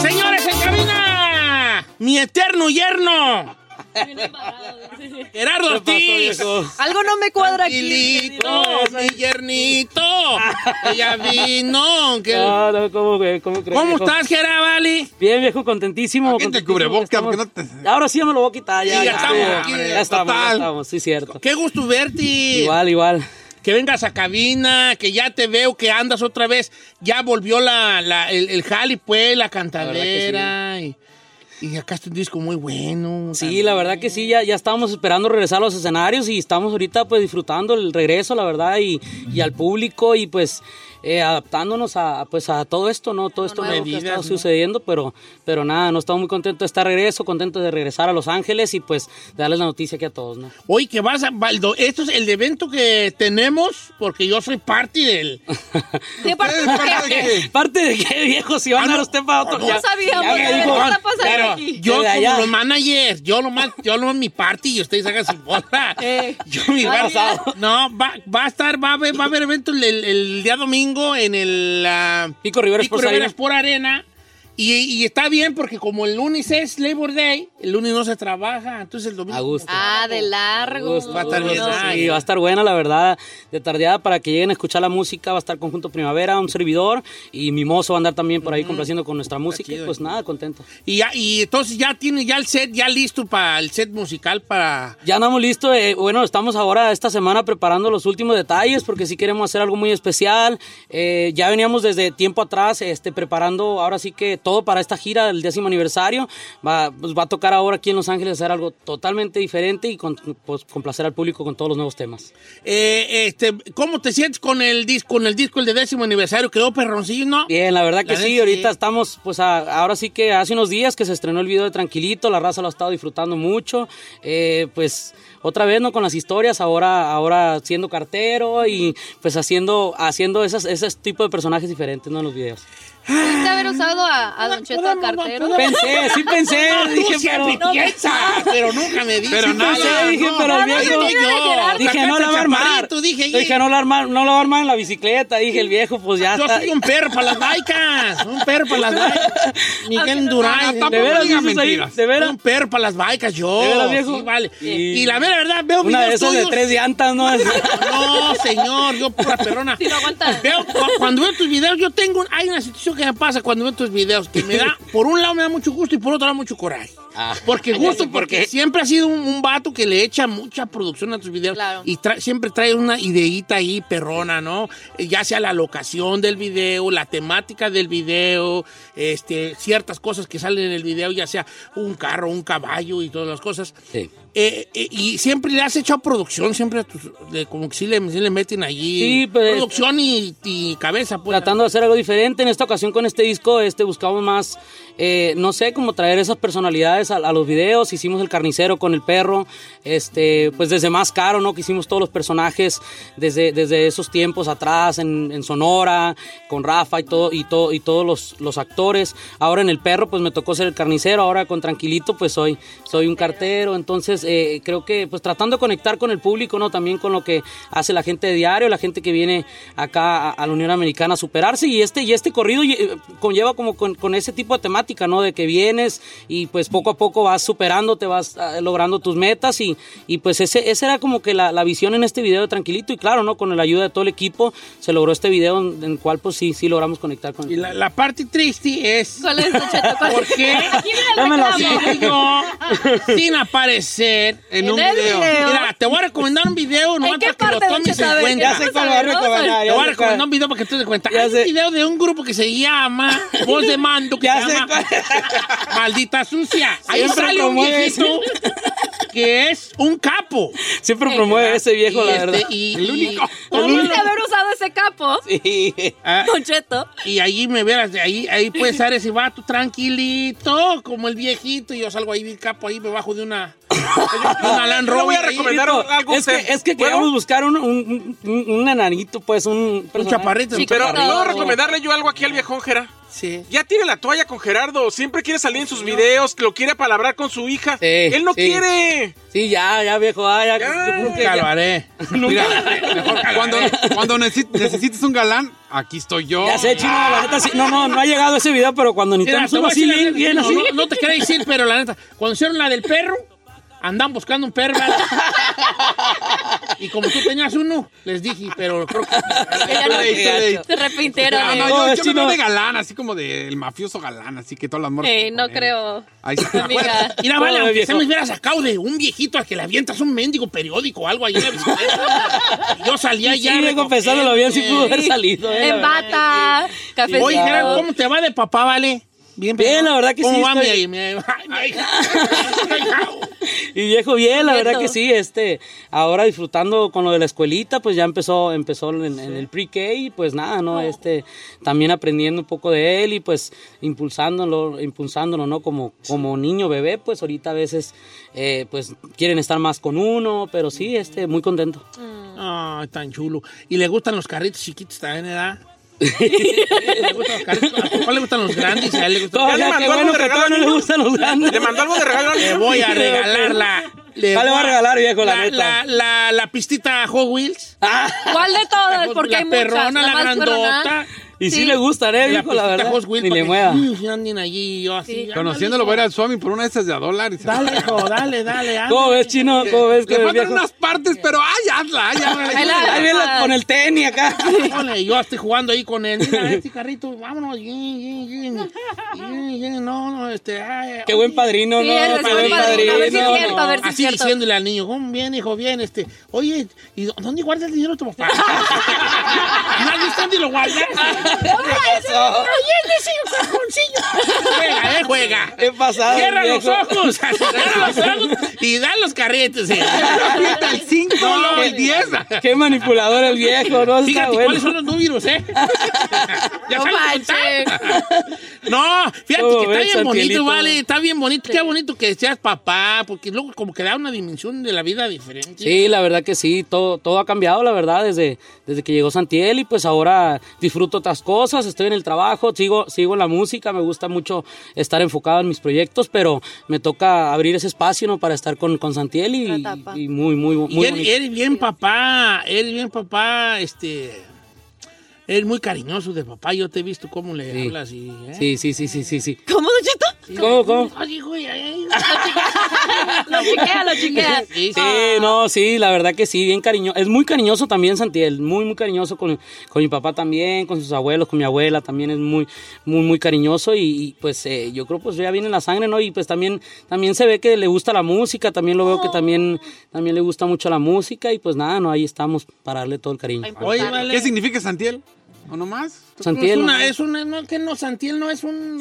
S1: Señores en cabina, mi eterno yerno, Gerardo Ortiz.
S6: Algo no me cuadra aquí.
S1: Tranquilito, mi yernito. Ella vino. que-
S7: No, Ah, no, ¿cómo, güey? ¿Cómo, crees,
S1: ¿Cómo
S7: viejo?
S1: estás, Gerard Vali?
S7: Bien, viejo, contentísimo.
S3: ¿Quién te
S7: contentísimo
S3: cubre
S7: que
S3: boca?
S7: estamos-
S3: Porque no te...
S7: Ahora sí ya me lo voy a quitar. Ya,
S1: Sí, ya estamos
S7: estuvo.
S1: aquí,
S7: Ya estamos, ya
S3: total.
S7: estamos, sí, cierto.
S1: Qué gusto verte.
S7: Igual, igual.
S1: Que vengas a cabina, que ya te veo, que andas otra vez. Ya volvió la, la- el, el jali, pues, la cantadera. y, y acá está un disco muy bueno.
S7: Sí, la verdad que sí, ya, ya estábamos esperando regresar a los escenarios y estamos ahorita pues disfrutando el regreso, la verdad, y, y al público y pues eh, adaptándonos a, pues, a todo esto, ¿no? Todo esto nuevo que ha
S1: Medidas,
S7: estado
S1: ¿no?
S7: sucediendo, pero, pero nada, no estamos muy contentos de estar de regreso, contentos de regresar a Los Ángeles y pues de darles la noticia aquí a todos, ¿no?
S1: Oye, que vas a. Baldo, esto es el evento que tenemos, porque yo soy parte del.
S2: Sí, aparte-
S3: ¿Ustedes parte de qué?
S7: ¿Parte de qué, viejo? Si
S1: Ah,
S7: van a dar usted para otro...
S2: No sabíamos.
S7: ya me
S2: a ver,
S7: dijo,
S2: ¿qué está pasando
S1: Pero
S2: aquí?
S1: yo
S7: Ya, ya.
S1: como los managers, yo lo más, yo lo mi party y ustedes hagan su bola.
S2: Eh,
S1: yo mi
S7: Ah,
S1: bar-
S7: pasado.
S1: No, va, va a estar, va a haber, va a haber evento el, el- el día domingo en el ah,
S7: Pico Rivera
S1: Pico
S7: Sports
S1: Rivera
S7: Arena.
S1: Sport Arena. Y, y está bien porque como el lunes es Labor Day, el lunes no se trabaja, entonces el domingo.
S7: A gusto.
S2: Ah, de largo.
S7: Gusto,
S1: Va a estar
S7: gusto,
S1: bien,
S7: sí,
S1: ay.
S7: va a estar buena, la verdad, de tardeada para que lleguen a escuchar la música. Va a estar Conjunto Primavera, un servidor y Mimoso va a andar también por ahí complaciendo con nuestra música. y pues nada, contento.
S1: Y, ya- y entonces ya tiene ya el set, ya listo para el set musical para.
S7: Ya andamos listos. eh, bueno, estamos ahora esta semana preparando los últimos detalles porque sí queremos hacer algo muy especial. Eh, ya veníamos desde tiempo atrás este, preparando ahora sí que todo para esta gira del décimo aniversario. Va, pues, va a tocar ahora aquí en Los Ángeles hacer algo totalmente diferente y con, pues, complacer al público con todos los nuevos temas.
S1: Eh, este, ¿Cómo te sientes con el disco, con el disco el de décimo aniversario? Quedó perroncillo, ¿no?
S7: Bien, la verdad
S1: La
S7: que
S1: neta,
S7: sí, ahorita
S1: sí.
S7: estamos, pues a- ahora sí que hace unos días que se estrenó el video de Tranquilito, la raza lo ha estado disfrutando mucho, eh, pues otra vez no con las historias, ahora ahora siendo cartero y pues haciendo haciendo esas, ese tipo de personajes diferentes ¿no? en los videos.
S2: Pudiste haber usado a, a Don Cheto a cartero.
S7: Pensé, sí pensé,
S1: No, tú
S7: dije,
S1: siempre
S7: pero...
S1: piensas, pero nunca me dices.
S3: Pero
S1: Sí,
S3: nada,
S1: pensé,
S7: dije, pero
S1: ahí
S7: el viejo-
S1: estoy yo.
S7: Dije,
S1: Sacaste
S7: no la va a armar.
S1: chaparrito, Dije,
S7: Dije, no la, arma, no la va a armar en la bicicleta. Dije, el viejo, pues ya
S1: yo
S7: está.
S1: soy un perro para las vaicas. Un perro para las vaicas. Miguel Durán.
S3: tampoco
S7: ¿De veras
S3: diga
S7: dices ahí?
S3: mentiras.
S7: ¿De veras?
S1: Un perro para las vaicas, yo.
S7: ¿De veras, viejo?
S1: Oh, Sí, vale.
S7: Sí.
S1: Y la mera verdad, veo
S7: Una de
S1: videos
S7: esas de
S1: tuyos.
S7: tres llantas, ¿no?
S1: No, señor, yo pura perrona.
S2: Sí, lo aguantan.
S1: Veo- cu- cuando veo tus videos, yo tengo. un- hay una situación que me pasa cuando veo tus videos que me da, por un lado me da mucho gusto y por otro lado mucho coraje.
S7: Ah.
S1: Porque gusto, porque siempre ha sido un, un vato que le echa mucha producción a tus videos. Y tra- siempre trae una ideita ahí perrona, ¿no? Eh, Ya sea la locación del video, la temática del video, este, ciertas cosas que salen en el video, ya sea un carro, un caballo y todas las cosas.
S8: Sí.
S1: Eh, eh, y siempre le has echado producción, siempre a tus- de- como que sí le, sí le meten allí.
S7: Sí, pues,
S1: producción y, y cabeza, pues.
S7: tratando de hacer algo diferente. En esta ocasión con este disco, este buscamos más, eh, no sé, como traer esas personalidades a, a los videos. Hicimos el carnicero con el perro, este, pues desde más caro, ¿no? Que hicimos todos los personajes desde, desde esos tiempos atrás, en, en Sonora, con Rafa y todo, y todo, y todos los, los actores. Ahora en el perro, pues me tocó ser el carnicero, ahora con Tranquilito, pues soy, soy un cartero. Entonces, eh, creo que pues tratando de conectar con el público, ¿no? También con lo que hace la gente de diario, la gente que viene acá a, a la Unión Americana a superarse. Y este, y este corrido eh, conlleva como con, con ese tipo de temática, ¿no? De que vienes y pues poco a poco vas superando, te vas ah, logrando tus metas. Y, y pues ese, esa era como que la, la visión en este video de Tranquilito. Y claro, ¿no? Con la ayuda de todo el equipo se logró este video en, en el cual pues sí, sí logramos conectar con el
S1: Y la, la parte triste es.
S2: ¿Cuál es,
S1: ¿Por qué?
S7: Dámelo así.
S1: Sigo sin aparecer en,
S7: un el video. video.
S1: Mira, te voy a recomendar un video nomás
S7: qué
S1: para que lo
S7: parte, don
S1: tomes
S7: Cheto? A
S1: en
S7: ver,
S1: cuenta.
S7: ya sé cuál va a recomendar,
S1: Te
S7: ya
S1: voy a
S7: sé
S1: recomendar
S7: cuál.
S1: un video para que tú te cuenta. Hay un video de un grupo que se llama Voz de Mando, que se llama Maldita Sucia. Ahí
S7: Siempre
S1: sale un
S7: promueve ese.
S1: viejito que es un capo. este,
S7: Siempre promueve ese viejo, la verdad.
S1: el único.
S2: Pudiste haber usado ese capo.
S1: Ah, Y allí me verás, ahí, ahí puede estar ese vato tranquilito, como el viejito, y yo salgo ahí bien capo, ahí me bajo de una, de una Land
S7: Yo le voy a
S1: Rover ahí.
S7: recomendar un- algo
S1: Es que-
S7: es que queríamos buscar un, un, un, un enanito, pues, un... personaje.
S4: chaparrito, Pero puedo recomendarle yo algo aquí al viejón Jera.
S1: Sí.
S4: Ya tiene la toalla con Gerardo. Siempre quiere salir en sus videos, lo quiere palabrar con su hija. Él no
S7: sí.
S4: quiere.
S7: Sí, ya, ya, viejo. ah, ya, yo creo que ya.
S3: Mira, mejor cuando, cuando necesi- necesites un galán, aquí estoy yo.
S7: Ya sé, chino, la neta sí. No, no, no ha llegado ese video, pero cuando
S1: Mira,
S7: necesitamos
S1: te voy
S7: uno
S1: a
S7: así,
S1: decir la
S7: bien,
S1: neta,
S7: bien
S1: no,
S7: así.
S1: No, no te quería decir, pero la neta, cuando hicieron la del perro, andan buscando un perro. ¿verdad? y como tú tenías uno, les dije, pero creo que...
S2: Se arrepintieron.
S3: Ah,
S2: eh.
S3: no, yo, yo me veo de galán, así como del mafioso galán, así que todas las morras.
S2: Eh, no creo.
S3: Ahí está.
S2: Amiga.
S1: Mira, vale,
S3: Todo
S1: aunque
S3: viejo.
S1: se me hubiera sacado de un viejito al que le avientas un mendigo periódico o algo ahí en la bicicleta. Y yo salía
S7: Sí,
S1: ya.
S7: vengo pensando, lo habían sí pudo haber salido, eh,
S2: En
S7: la
S2: bata, café.
S1: Oye, Gerardo, ¿cómo te va de papá, vale? Bien,
S7: Bien, la verdad que
S1: ¿Cómo
S7: sí,
S1: va mi,
S7: estoy-
S1: mi-
S7: Y viejo, bien, la verdad
S1: Nieto.
S7: que sí, este, ahora disfrutando con lo de la escuelita, pues ya empezó, empezó en, en el pre-K y pues nada, ¿no? Este, también aprendiendo un poco de él y pues impulsándolo, impulsándolo, ¿no? Como, como niño bebé, pues ahorita a veces, eh, pues quieren estar más con uno, pero sí, este, muy contento.
S1: Ay, tan chulo. Y le gustan los carritos chiquitos también, ¿verdad? le gustan los carritos. ¿A tu papá le gustan los grandes? A él le gustan
S7: No, ya, qué bueno que todavía no le gustan los grandes.
S1: Le mandó algo de regalo al niño. Le voy a regalar la- le
S7: Ah, le va a
S1: voy a-
S7: regalar, viejo, la,
S1: la-
S7: neta. Ah.
S1: la- la- la pistita Hot Wheels.
S2: ¿Cuál de todas?
S1: La-
S2: Porque
S1: la
S2: hay muchas.
S1: perrona, la
S2: más
S1: grandota.
S2: perrona.
S7: Y sí, le gustan, eh,
S1: La
S7: viejo, la
S1: pistita
S7: verdad.
S1: Hot Wheels
S7: Ni
S1: para
S7: le
S1: que-
S7: mueva.
S1: Mm, anden allí, yo así.
S3: Conociéndolo, voy a ir al Swami por una de esas de a dólares.
S1: Dale, hijo, dale, dale. ándale.
S7: ¿Cómo ves, chino? ¿Cómo
S3: Le
S7: ves? que el
S3: faltan
S7: viejo-
S3: unas partes, pero ay, hazla, ay, hazla.
S1: Ahí la-
S7: Ahí viene la- con el tenis acá.
S1: Híjole, yo estoy jugando ahí con él. Mira, este carrito, vámonos. yin, yin, yin. Yin, yin, No, no, este. ay,
S7: Qué buen padrino,
S1: Sí,
S7: ¿no?
S1: eres
S7: Qué
S1: buen
S7: buen padrino.
S1: padrino. A ver si es cierto,
S7: ¿no?
S1: a ver si Así es cierto. diciéndole al niño, "Cómo bien, hijo, bien, este. Oye, ¿y dó- dónde guardas el dinero de tu papá? ¿Nadie está ni lo guardas?
S7: pasó?
S1: Ahí en ese cajoncillo. Juega, eh, juega.
S7: ¿Qué pasado?
S1: Cierra los
S7: viejo?
S1: ojos, cierra los ojos y da los carretes. eh.
S7: Aprieta
S3: el 5,
S1: no, el 10.
S7: Qué manipulador el viejo, ¿no? Está
S1: Fíjate
S7: bueno.
S1: cuáles son los números, ¿eh? ya sabes contar. no,
S7: ¿Cómo
S1: fíjate que está
S7: ves,
S1: bien bonito,
S7: Santielito?
S1: vale. Está bien bonito. Qué bonito que seas papá, porque luego como que da una dimensión de la vida diferente.
S7: Sí, la verdad que sí, todo, todo ha cambiado, la verdad, desde, desde que llegó Santiel y pues ahora disfruto otras cosas, estoy en el trabajo, sigo, sigo en la música, me gusta mucho estar enfocado en mis proyectos, pero me toca abrir ese espacio, ¿no? Para estar con, con Santiel y, y muy, muy, muy
S1: Y él,
S7: bonito.
S1: él bien papá, él bien papá, este... Él muy cariñoso de papá, yo te he visto cómo le hablas y... ¿eh?
S7: Sí, sí, sí, sí, sí, sí.
S2: ¿Cómo, Don Cheto?
S7: ¿Cómo, cómo?
S1: Ay, güey, ay,
S2: Lo chiquea, lo chiquea.
S7: Sí, no, sí, la verdad que sí, bien cariñoso. Es muy cariñoso también Santiel, muy, muy cariñoso con, con mi papá también, con sus abuelos, con mi abuela también es muy, muy, muy cariñoso y, y, pues eh, yo creo pues ya viene en la sangre, ¿no? Y pues también, también se ve que le gusta la música, también lo veo que también, también le gusta mucho la música y pues nada, no, ahí estamos para darle todo el cariño.
S1: Oye, vale.
S3: ¿Qué significa Santiel? ¿O nomás?
S7: Santiel.
S1: Es una, es una, no, que no, Santiel no es un...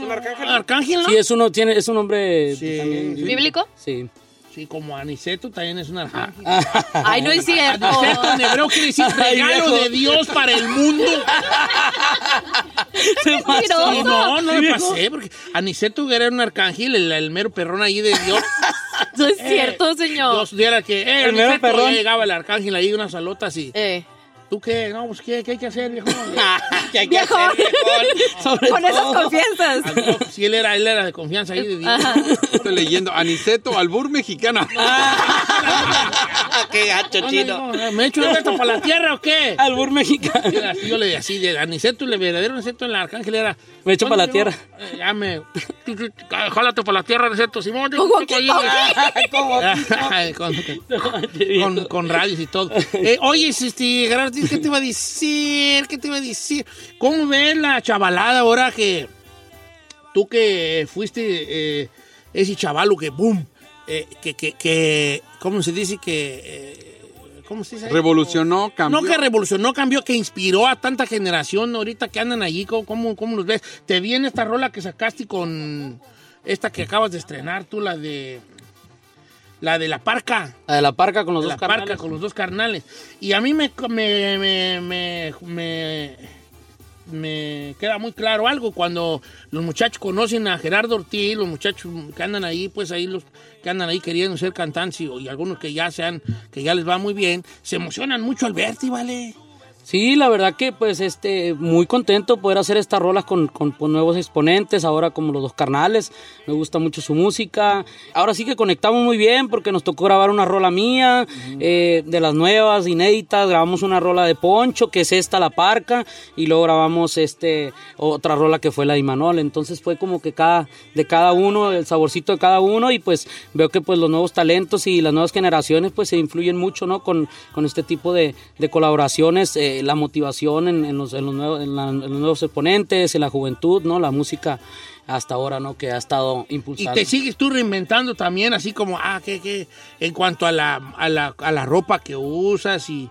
S1: arcángel. ¿no?
S7: Sí, es, uno, tiene, es un hombre también-
S2: ¿Bíblico?
S7: Sí.
S1: Sí, como Aniceto también es un
S7: Ah.
S1: arcángel.
S2: Ay, no es cierto.
S1: Aniceto en hebreo quiere decir
S7: Ay,
S1: regalo
S7: viejo.
S1: de Dios para el mundo.
S7: Se pasó.
S1: Sí, no, no me
S7: Viejo.
S1: pasé, porque Aniceto era un arcángel, el, el mero perrón ahí de Dios. Eh,
S2: No es cierto, señor.
S1: Dios diera que, eh,
S7: El mero
S1: Aniceto,
S7: perrón.
S1: ya llegaba el arcángel ahí de unas alotas y...
S2: Eh.
S1: ¿Tú qué? No, pues, ¿qué, qué hay que hacer, viejo? ¿Qué hay que
S2: Viejo.
S1: hacer, viejón?
S7: Sobre
S2: Con esas
S7: todo.
S2: confianzas.
S1: Ah, no, Sí, él era, él era de confianza ahí de Dios.
S3: Estoy leyendo. Aniceto, albur mexicana.
S7: Ah,
S8: ¡Qué gacho
S1: No,
S8: chino!
S1: no, no, eh, ¿Me he hecho un gato para la tierra o qué?
S7: Albur mexicano.
S1: Era así, Yo le decía así, de Aniceto, el verdadero Aniceto en el arcángel era.
S7: Me echo
S1: ¿Cuándo
S7: pa' la
S1: llegó?
S7: tierra.
S1: Eh, ya me. Jálate para la tierra, Aniceto Simón. yo
S2: Como
S1: estoy
S2: que-
S1: ahí.
S7: ¿Cómo?
S1: Ay, con, con, con radios y todo. Eh, oye, este, Gerardo, ¿qué te iba a decir? ¿Qué te iba a decir? ¿Cómo ves la chavalada ahora que tú que fuiste eh, ese chavalo que boom, eh, que, que, que, ¿cómo se dice? Que, eh, ¿cómo se dice?
S3: Revolucionó, cambió.
S1: No que revolucionó, cambió, que inspiró a tanta generación ahorita que andan allí. ¿Cómo, cómo, cómo los ves? Te vi en esta rola que sacaste con esta que acabas de estrenar tú, la de... La de la parca.
S7: La de la parca con los
S1: de la
S7: dos
S1: parca
S7: carnales.
S1: con los dos carnales. Y a mí me, me, me, me, me- me queda muy claro algo cuando los muchachos conocen a Gerardo Ortiz, los muchachos que andan ahí, pues ahí los que andan ahí queriendo ser cantantes y, y algunos que ya sean, que ya les va muy bien, se emocionan mucho al verte, ¿vale?
S7: Sí, la verdad que pues este muy contento poder hacer estas rolas con, con, pues, nuevos exponentes, ahora como los dos carnales, me gusta mucho su música. Ahora sí que conectamos muy bien porque nos tocó grabar una rola mía, eh, de las nuevas, inéditas, grabamos una rola de Poncho, que es esta La Parca, y luego grabamos este otra rola que fue la de Imanol. Entonces fue como que cada, de cada uno, el saborcito de cada uno, y pues veo que pues los nuevos talentos y las nuevas generaciones pues se influyen mucho, ¿no? Con, con este tipo de, de colaboraciones, eh, la motivación en, en los, en los nuevos, en la- en los nuevos exponentes, en la juventud, ¿no? La música hasta ahora, ¿no? Que ha estado
S1: Y
S7: impulsando.
S1: te sigues tú reinventando también, así como, ah, que, que, en cuanto a la, a la, a la ropa que usas y,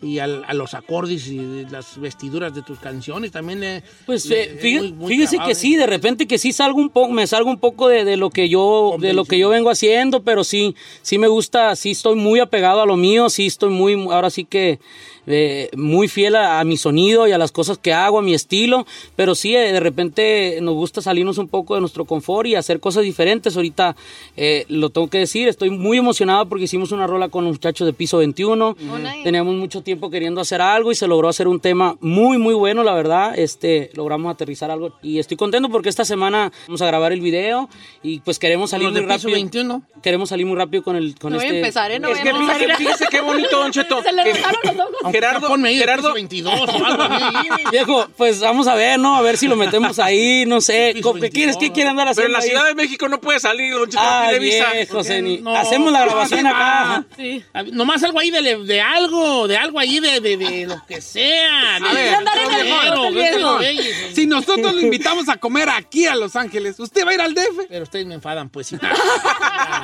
S1: y al- a, los acordes y de las vestiduras de tus canciones, también le-
S7: Pues
S1: le-
S7: eh,
S1: es
S7: fíjese,
S1: muy- muy
S7: fíjese
S1: trabajo,
S7: que
S1: ¿eh?
S7: sí, de repente que sí salgo un poco, me salgo un poco de, de lo que yo, de lo que yo vengo haciendo, pero sí, sí me gusta, sí estoy muy apegado a lo mío, sí estoy muy, ahora sí que eh, muy fiel a, a mi sonido y a las cosas que hago, a mi estilo, pero sí eh, de repente nos gusta salirnos un poco de nuestro confort y hacer cosas diferentes. Ahorita eh, lo tengo que decir, estoy muy emocionado porque hicimos una rola con los muchachos de piso 21.
S2: nice.
S7: Teníamos mucho tiempo queriendo hacer algo y se logró hacer un tema muy, muy bueno, la verdad. Este, logramos aterrizar algo y estoy contento porque esta semana vamos a grabar el video y pues queremos salir
S1: Los de
S7: muy
S1: Piso
S7: rápido.
S1: 21.
S7: Queremos salir muy rápido con el con
S2: No voy a
S7: este-
S2: empezar, ¿eh? No voy
S4: Es
S2: a
S4: que
S2: empezar.
S4: fíjese, fíjese qué bonito, Don Cheto.
S2: Se le
S4: que-
S2: rozaron los ojos.
S4: Gerardo,
S1: Ponme ahí de
S4: Gerardo,
S1: Piso 22 o algo así.
S7: Viejo, pues vamos a ver, ¿no? A ver si lo metemos ahí, no sé.
S1: Piso
S7: ¿Con ¿Qué quieres? ¿Qué
S1: 22,
S7: quieren andar
S4: pero en
S7: haciendo
S4: la
S7: ahí? eh,
S4: Ciudad de México no puede salir, Don Cheto, no
S7: Ah,
S4: tiene visa.
S7: viejo, Zeni.
S1: No,
S7: Hacemos la
S1: no,
S7: grabación
S1: no,
S7: acá.
S2: Sí.
S1: Ah, A ver, Nomás algo ahí de, de algo, de algo ahí de, de, de lo que sea. de-
S3: ver,
S1: de
S3: andar en el
S1: dinero,
S2: bote,
S1: de estos
S2: viejo.
S1: güeyes.
S3: Si nosotros lo invitamos a comer aquí a Los Ángeles, ¿usted va a ir al DF?
S1: Pero ustedes me enfadan, pues. sí.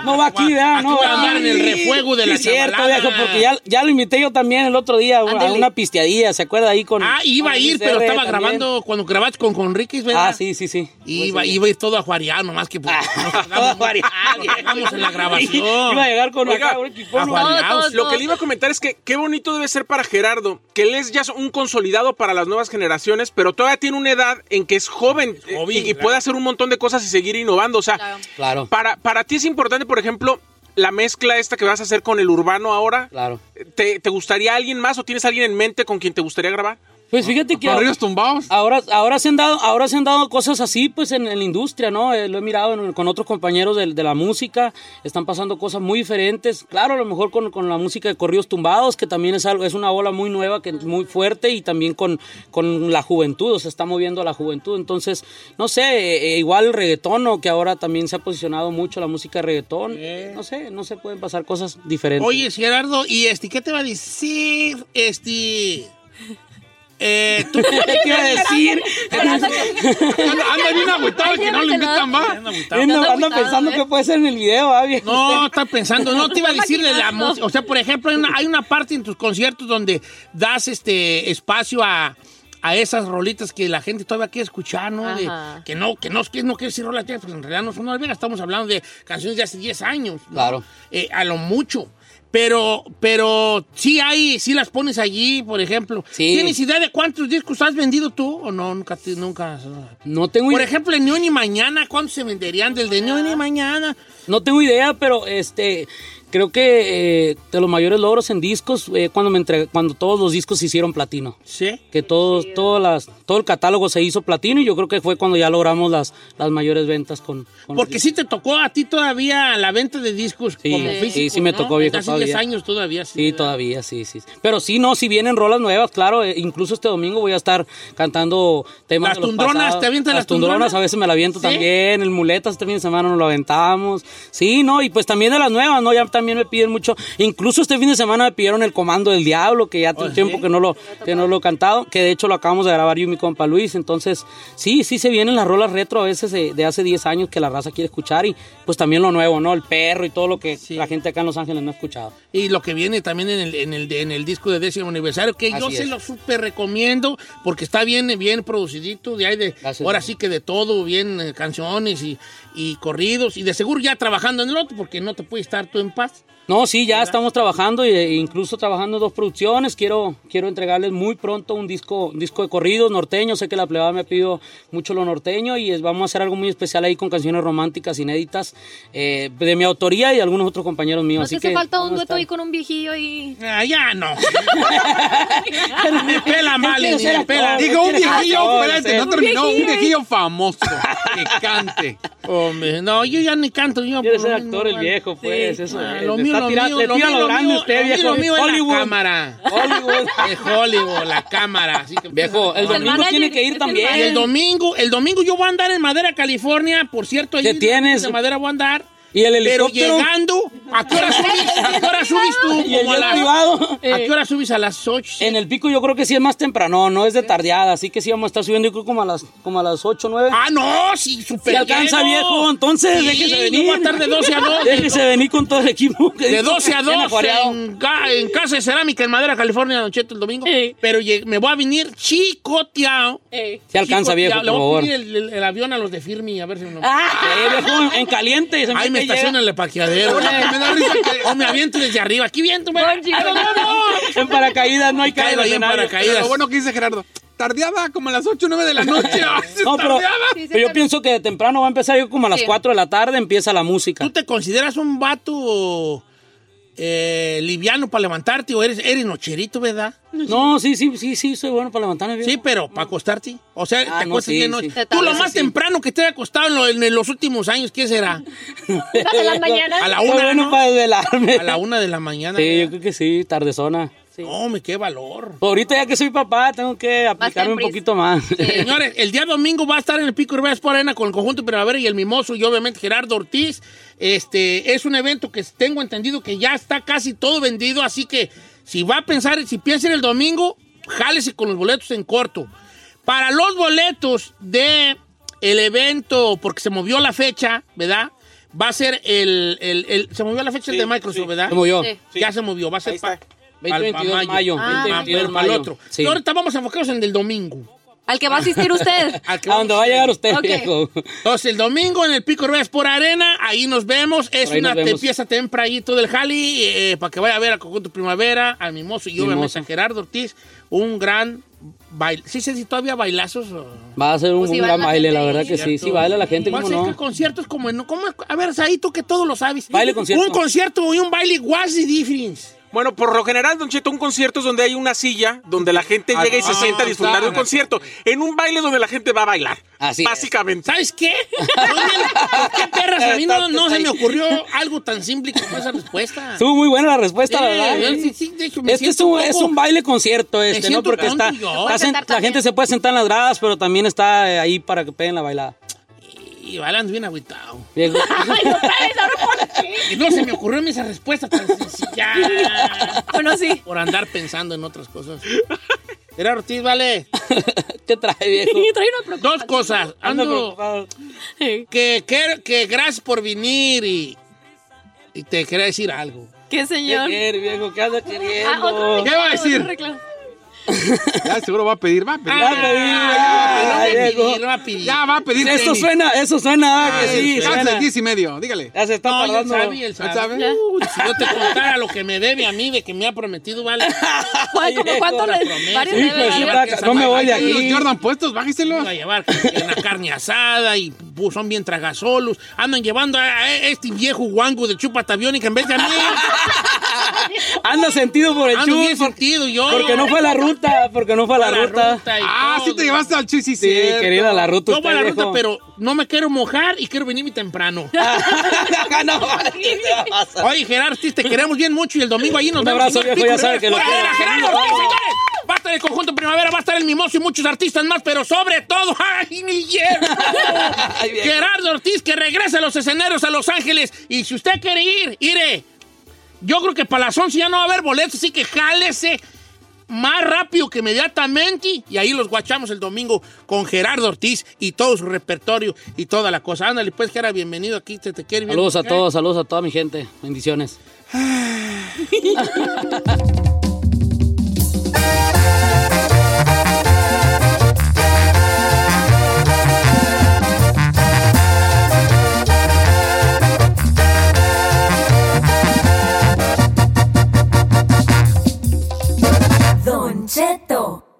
S7: No va aquí, ¿verdad? Ah, No
S1: Aquí voy
S7: va.
S1: a andar en el refuego de
S7: Sí,
S1: la
S7: es cierto,
S1: chavalada.
S7: viejo, porque ya, ya lo invité yo también el otro día a una- a
S2: Ándele.
S7: una pisteadilla, ¿se acuerda? Ahí con.
S1: Ah, iba a
S7: con
S1: ir,
S7: Luis R.
S1: pero estaba
S7: también.
S1: grabando cuando grabaste con Conríquez, ¿verdad?
S7: Ah, sí, sí, sí.
S1: Iba,
S7: Pues, sí. Ah.
S1: iba a ir todo ajuariano, más que pues, nos quedamos- nos quedamos en la grabación.
S7: Iba a llegar con
S4: Oiga,
S7: acá, un equipo, ¿no?
S1: ajuareados.
S2: Todo, todo,
S4: Lo que le iba a comentar es que qué bonito debe ser para Gerardo, que él es ya un consolidado para las nuevas generaciones, pero todavía tiene una edad en que es joven,
S1: Es joven,
S4: eh, y, y
S1: claro.
S4: puede hacer un montón de cosas y seguir innovando. O sea,
S2: Claro.
S7: Claro,
S4: para, para ti es importante, por ejemplo, la mezcla esta que vas a hacer con el urbano ahora.
S7: claro.
S4: ¿Te, te gustaría alguien más o tienes alguien en mente con quien te gustaría grabar?
S7: Pues fíjate que.
S3: Corridos tumbados.
S7: Ahora, ahora, se han dado, ahora se han dado cosas así, pues en, en la industria, ¿no? Eh, lo he mirado en- con otros compañeros del- de, la música. Están pasando cosas muy diferentes. Claro, a lo mejor con, con la música de corridos tumbados, que también es algo, es una ola muy nueva, que es muy fuerte, y también con, con la juventud, o se está moviendo a la juventud. Entonces, no sé, eh, eh, igual el reggaetón, ¿no? que ahora también se ha posicionado mucho la música de reggaetón. No sé, no se pueden pasar cosas diferentes.
S1: Oye, Gerardo, ¿y este qué te va a decir? Este. Eh, ¿Tú
S7: ¿Qué iba a decir?
S1: anda, anda bien agüitado que no lo invitan más.
S7: Eh, no, anda pensando que puede ser en el video, ah, viejo.
S1: No, está pensando, no te iba a decirle la música. O sea, por ejemplo, hay una, hay una parte en tus conciertos donde das este espacio a, a esas rolitas que la gente todavía quiere escuchar, ¿no? De-
S8: Ajá.
S1: que no, que no, que no quiere decir rolas viejas, porque en realidad no son rolas viejas, estamos hablando de canciones de hace 10 años. Claro. a lo mucho. Pero, pero sí hay, sí las pones allí, por ejemplo. ¿Tienes idea de cuántos discos has vendido tú? ¿O no? Nunca, te- nunca.
S7: No tengo
S1: Por ejemplo, en Ni Hoy ni Mañana, ¿cuántos se venderían del de Ni Hoy ni Mañana?
S7: No tengo idea, pero este creo que eh, de los mayores logros en discos eh, cuando me entre- cuando todos los discos se hicieron platino.
S1: Sí.
S7: Que todos todas las todo el catálogo se hizo platino y yo creo que fue cuando ya logramos las las mayores ventas con, con los
S1: Porque sí te tocó a ti todavía la venta de discos
S7: Sí,
S1: como
S7: sí,
S1: físico,
S7: sí me
S1: ¿no?
S7: tocó, viejo,
S1: Casi 10
S7: todavía.
S1: años todavía. Sí,
S7: Sí, todavía, sí, sí. Pero sí, no, si vienen rolas nuevas, claro, eh, incluso este domingo voy a estar cantando temas
S1: Las
S7: de los
S1: tundronas,
S7: pasados.
S1: ¿te avientas las
S7: tundranas
S1: tundronas?
S7: a veces me la aviento
S1: ¿Sí?
S7: también, el muletas este fin de semana nos lo aventamos. Sí, no, y pues también de las nuevas, ¿no? Ya también me piden mucho, incluso este fin de semana me pidieron el comando del diablo, que
S1: ¿Oh,
S7: ya tiene tiempo que no lo que no lo he cantado, que de hecho lo acabamos de grabar yo y mi compa Luis, entonces sí, sí se vienen las rolas retro a veces eh, de, hace 10 años que la raza quiere escuchar y pues también lo nuevo, ¿no? El perro y todo lo que la gente acá en Los Ángeles no ha escuchado.
S1: Y lo que viene también en el, en el, de- en el disco de décimo aniversario, que yo
S7: Así
S1: se
S7: es.
S1: lo súper recomiendo, porque está bien, bien producidito, de ahí de, ahora sí que de todo, bien eh, canciones y, y corridos, y de seguro ya trabajando en el otro, porque no te puede estar tú en paz.
S7: No, sí, ya estamos trabajando y- e incluso trabajando en dos producciones. Quiero, quiero entregarles muy pronto un disco, un disco de corridos norteño. Sé que la plebada me pidió mucho lo norteño y es- vamos a hacer algo muy especial ahí con canciones románticas inéditas eh, de mi autoría y de algunos otros compañeros míos.
S2: No te
S7: Así
S2: hace
S7: que
S2: falta un
S7: vamos a
S2: dueto
S7: estar-
S2: ahí con un viejillo y.
S1: Ah, ya no. me pela mal,
S3: Digo,
S1: ni me pela.
S3: un viejillo, espérate, no
S1: Un
S3: terminó, un
S1: viejillo.
S3: viejillo famoso que cante.
S1: Hombre, no, yo ya ni canto. Yo Quiere
S7: ser actor el viejo, pues. Eso,
S1: Ah,
S7: es.
S1: lo
S7: Le
S1: mío,
S7: está
S1: lo
S7: tira-
S1: mío,
S7: le
S1: lo
S7: tira
S1: mío,
S7: lo
S1: lo
S7: grande
S1: mío,
S7: usted,
S1: lo mío,
S7: viejo.
S1: lo mío es
S7: Hollywood.
S1: la cámara. Hollywood. Es Hollywood, la cámara. Así que,
S7: Viejo, el domingo
S1: manager,
S7: tiene que ir
S1: es el
S7: también.
S1: manager. El domingo, el domingo yo voy a andar en Madera, California, por cierto. allí
S7: ¿Qué
S1: en
S7: tienes?
S1: De Madera voy a andar.
S7: ¿Y el
S1: Pero
S7: helicóptero?
S1: llegando, ¿a qué hora subís? ¿A qué hora subís tú?
S7: ¿Y el
S1: Como a
S7: jet
S1: las-
S7: privado?
S1: ¿A qué hora subís? ¿A las 8?
S7: Eh, En el pico yo creo que sí es más temprano, no es de tardeada, así que sí vamos a estar subiendo yo creo como a las, como a las 8 9.
S1: Ah, no, sí, súper
S7: Si alcanza
S1: lleno.
S7: viejo, entonces
S1: Sí,
S7: déjese
S1: yo
S7: venir.
S1: voy a estar de 12 a 2.
S7: Déjese venir con todo el equipo.
S1: De 12 a 2
S7: acuareado.
S1: en, ca- en Casa de Cerámica en Madera, California, Don Cheto, el domingo. Pero lleg- me voy a venir chicoteado.
S7: Se alcanza, viejo,
S1: Chicoteado. Le
S7: por
S1: voy
S7: favor.
S1: a pedir el, el- el avión a los de Firmi, a ver si no.
S7: Eh, viejo, en caliente. se
S1: Ahí
S7: llega.
S1: me estaciona en el parqueadero.
S7: Una que me da risa que-
S1: O me aviento desde arriba. Aquí viento, me... ¡Ay, no, no, no!
S7: En paracaídas no hay
S1: Caigo
S7: caída.
S1: ahí en
S7: escenario.
S1: paracaídas.
S7: Pero
S3: Lo bueno que dice Gerardo, tardeaba como a las 8 o 9 de la noche. Ah, sí,
S7: No, pero,
S3: tardeaba.
S7: pero yo pienso que de temprano va a empezar yo como a las
S1: Sí.
S7: 4 de la tarde empieza la música.
S1: ¿Tú te consideras un vato eh, liviano para levantarte o eres, eres nocherito, verdad?
S7: No, sí, sí, sí, sí, soy bueno para levantarme.
S1: Sí, pero para acostarte. O sea,
S7: Ah,
S1: te
S7: no,
S1: acuestas
S7: sí,
S1: bien noche.
S7: sí.
S1: Tú lo
S7: Eso
S1: más
S7: sí.
S1: temprano que te haya acostado en, lo- en los últimos años, ¿qué será?
S7: de
S2: la mañana.
S1: A la
S7: Soy
S1: una,
S7: bueno
S1: ¿no?
S7: para desvelarme.
S1: A la una de la mañana.
S7: Sí, yo creo que sí, tardezona.
S1: No, me qué valor.
S7: Ahorita ya que soy papá, tengo que aplicarme un
S1: prisa.
S7: poquito más.
S1: Señores, el día domingo va a estar en el Pico Rivera Sport Arena con el conjunto Primavera y el Mimoso y obviamente Gerardo Ortiz. Este es un evento que tengo entendido que ya está casi todo vendido, así que si va a pensar, si piensa en el domingo, jálese con los boletos en corto. Para los boletos de el evento, porque se movió la fecha, ¿verdad? Va a ser el, el- el- se movió la fecha el de Microsoft, ¿verdad?
S7: Se movió. Sí.
S1: Ya se movió, va a ser pa- pa-
S7: 20,
S1: pa
S7: 22 de mayo.
S1: Ah,
S7: 20,
S1: pero
S7: 22 de
S1: para el
S7: mayo.
S1: otro.
S7: Sí.
S1: Y ahorita vamos a enfocarnos en el del domingo.
S2: Al que va a asistir usted.
S1: Al que
S7: ¿A dónde va a llegar usted,
S2: Ok.
S7: viejo?
S1: Entonces, el domingo en el Pico Rivera por Arena, ahí nos vemos. Es
S7: Por ahí
S1: una
S7: nos vemos.
S1: te- pieza tempranito del Jali, eh, para que vaya a ver a Conjunto Primavera, al Mimoso y obviamente
S7: Mimoso.
S1: a Gerardo Ortiz, un gran baile. Sí, sí, sí, todavía bailazos. o-
S7: Va a ser un,
S1: Pues si
S7: un
S1: baila
S7: gran
S1: la
S7: baile, la
S1: gente
S7: verdad
S1: ahí,
S7: que sí.
S1: ¿cierto?
S7: Sí, baila la gente,
S1: Va a
S7: ¿cómo
S1: ser Pues que
S7: no?
S1: conciertos como en... ¿cómo es? a ver, Saí, tú que todo lo sabes.
S7: Baile, concierto.
S1: Un concierto y un baile, what's the difference?
S4: Bueno, por lo general, Don Cheto, un concierto es donde hay una silla donde la gente
S7: Ah,
S4: llega y se sienta a disfrutar de un concierto. En un baile donde la gente va a bailar. Así Básicamente.
S1: ¿Sabes qué? ¿Por qué perras? A mí no, no se me ocurrió algo tan simple como esa respuesta.
S7: Estuvo muy buena la respuesta,
S1: Eh,
S7: la verdad.
S1: yo sí, sí, de hecho, me
S7: Este es
S1: siento
S7: un,
S1: un
S7: es
S1: poco-
S7: un baile concierto este, ¿no?
S1: siento
S7: Porque
S1: tonto
S7: está,
S1: yo.
S7: está
S1: Se puede
S7: sen-
S1: sentar
S7: la gente se puede sentar en las gradas, pero también está eh, ahí para que peguen la bailada.
S1: Y Balan bien agüitado.
S7: Viejo.
S1: Y no se me ocurrió esa respuesta tan sencilla.
S2: Bueno, sí.
S1: Por andar pensando en otras cosas. Era Ortiz, vale.
S7: ¿Qué trae, viejo?
S1: Dos cosas.
S7: Ando
S1: Ando. Que, que, que gracias por venir y, y te quería decir algo.
S2: ¿Qué, señor?
S7: ¿Qué quiere, viejo? ¿Qué anda queriendo?
S2: Ah, otro
S1: ¿Qué va a
S2: reclamo,
S1: decir?
S2: otro reclamo.
S3: Ya seguro va a pedir, va a pedir.
S7: Va a pedir,
S1: Ah,
S7: ah,
S1: no va a
S7: viejo.
S1: pedir, no va a pedir.
S3: Ya va a pedir.
S7: Eso
S3: tenis.
S7: suena, eso suena, ah, que sí,
S3: Calce
S7: suena.
S3: diez y medio, dígale.
S7: Ya se está
S1: No, y él
S7: tardando.
S1: sabe, él sabe.
S3: sabe?
S1: Uy, si yo te contara lo que me debe a mí de que me ha prometido, vale.
S2: ¿Cuál- como cuánto
S1: la
S2: le-
S1: promesa.
S2: varios
S1: Hijo
S2: le
S7: pues,
S1: de
S2: debe,
S1: su
S2: ¿verdad?
S1: taca,
S7: no me voy de
S3: Ahí
S7: aquí.
S3: los Jordan puestos, bájeselos.
S1: a llevar una carne asada y pues, son bien tragasolos. Andan llevando a, a este viejo guango de chupa tabiónica en vez de a mí.
S7: Anda sentido por el
S1: Ando
S7: chus,
S1: bien
S7: por-
S1: sentido yo.
S7: porque no fue la ruta, porque no fue la, ruta.
S1: y
S3: Ah,
S1: todo.
S3: sí te llevaste al Chuy, sí,
S7: Sí,
S3: cierto.
S7: querida, la ruta
S1: No
S7: usted,
S1: voy a la ruta,
S7: viejo. Ah,
S1: pero no me quiero mojar y quiero venirme temprano.
S7: no, vale, ¿qué te va a pasar?
S1: Oye, Gerard Ortiz, te queremos bien mucho y el domingo ahí nos
S7: Un
S1: vemos.
S7: abrazo,
S1: en el
S7: viejo, ya
S1: Pico
S7: sabe que lo
S1: Rivera.
S7: quiero.
S1: ¡Fuera, Gerard Ortiz, señores! Va a estar el conjunto Primavera, va a estar el Mimoso y muchos artistas más, pero sobre todo, ¡ay, mi hierro!
S7: Ay, viejo.
S1: Gerardo Ortiz, que regresa a los escenarios a Los Ángeles. Y si usted quiere ir, iré. Yo creo que para las 11 ya no va a haber boletos, así que jálese más rápido que inmediatamente. Y ahí los guachamos el domingo con Gerardo Ortiz y todo su repertorio y toda la cosa. Ándale, pues, Gerardo, bienvenido aquí, te, te quiere bien. ¿Eh?
S7: Saludos a
S1: Ok.
S7: todos, saludos a toda mi gente. Bendiciones.
S9: Don Cheto,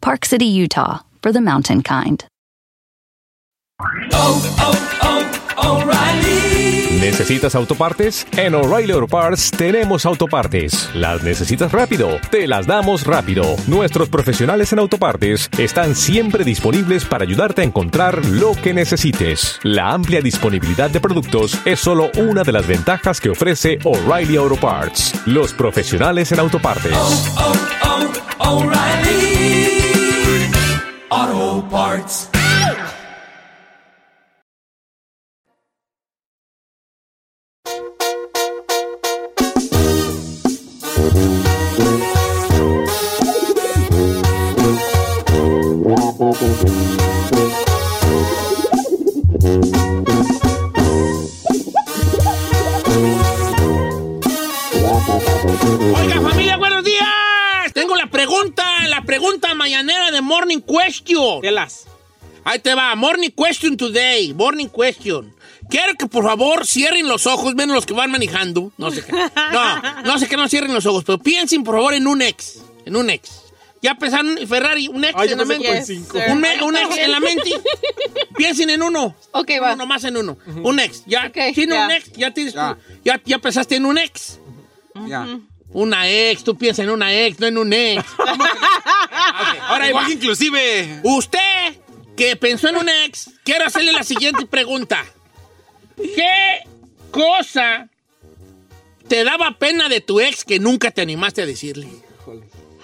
S8: Park City, Utah, for the mountain kind.
S10: ¿Necesitas autopartes? En O'Reilly Auto Parts tenemos autopartes. ¿Las necesitas rápido? Te las damos rápido. Nuestros profesionales en autopartes están siempre disponibles para ayudarte a encontrar lo que necesites. La amplia disponibilidad de productos es solo una de las ventajas que ofrece O'Reilly Auto Parts. Los profesionales en autopartes.
S1: Oiga, familia, buenos días. Tengo la pregunta, la pregunta mañanera de Morning Question.
S4: Telas.
S1: Ahí te va, Morning Question Today, Morning Question. Quiero que por favor cierren los ojos, ven los que van manejando. No sé qué. No, no sé que no cierren los ojos, pero piensen por favor en un ex, en un ex. Ya pensaron en Ferrari, un ex
S4: Ay, yo
S1: en la
S4: pensé
S1: mente.
S4: con cinco.
S1: Un, me- un ex en la mente. piensen en uno.
S2: Ok,
S1: En
S2: va.
S1: Uno más en uno. Un ex. Ya,
S2: Ok,
S1: tiene
S2: ya.
S1: un ex, ya tienes
S3: Ya.
S1: tu- ya, ya pensaste en un ex.
S3: Ya.
S1: Una ex, tú piensas en una ex, no en un ex. Ok, Ahora ahí va.
S3: Lenguaje inclusive.
S1: Usted que pensó en un ex, quiero hacerle la siguiente pregunta. ¿Qué cosa te daba pena de tu ex que nunca te animaste a decirle?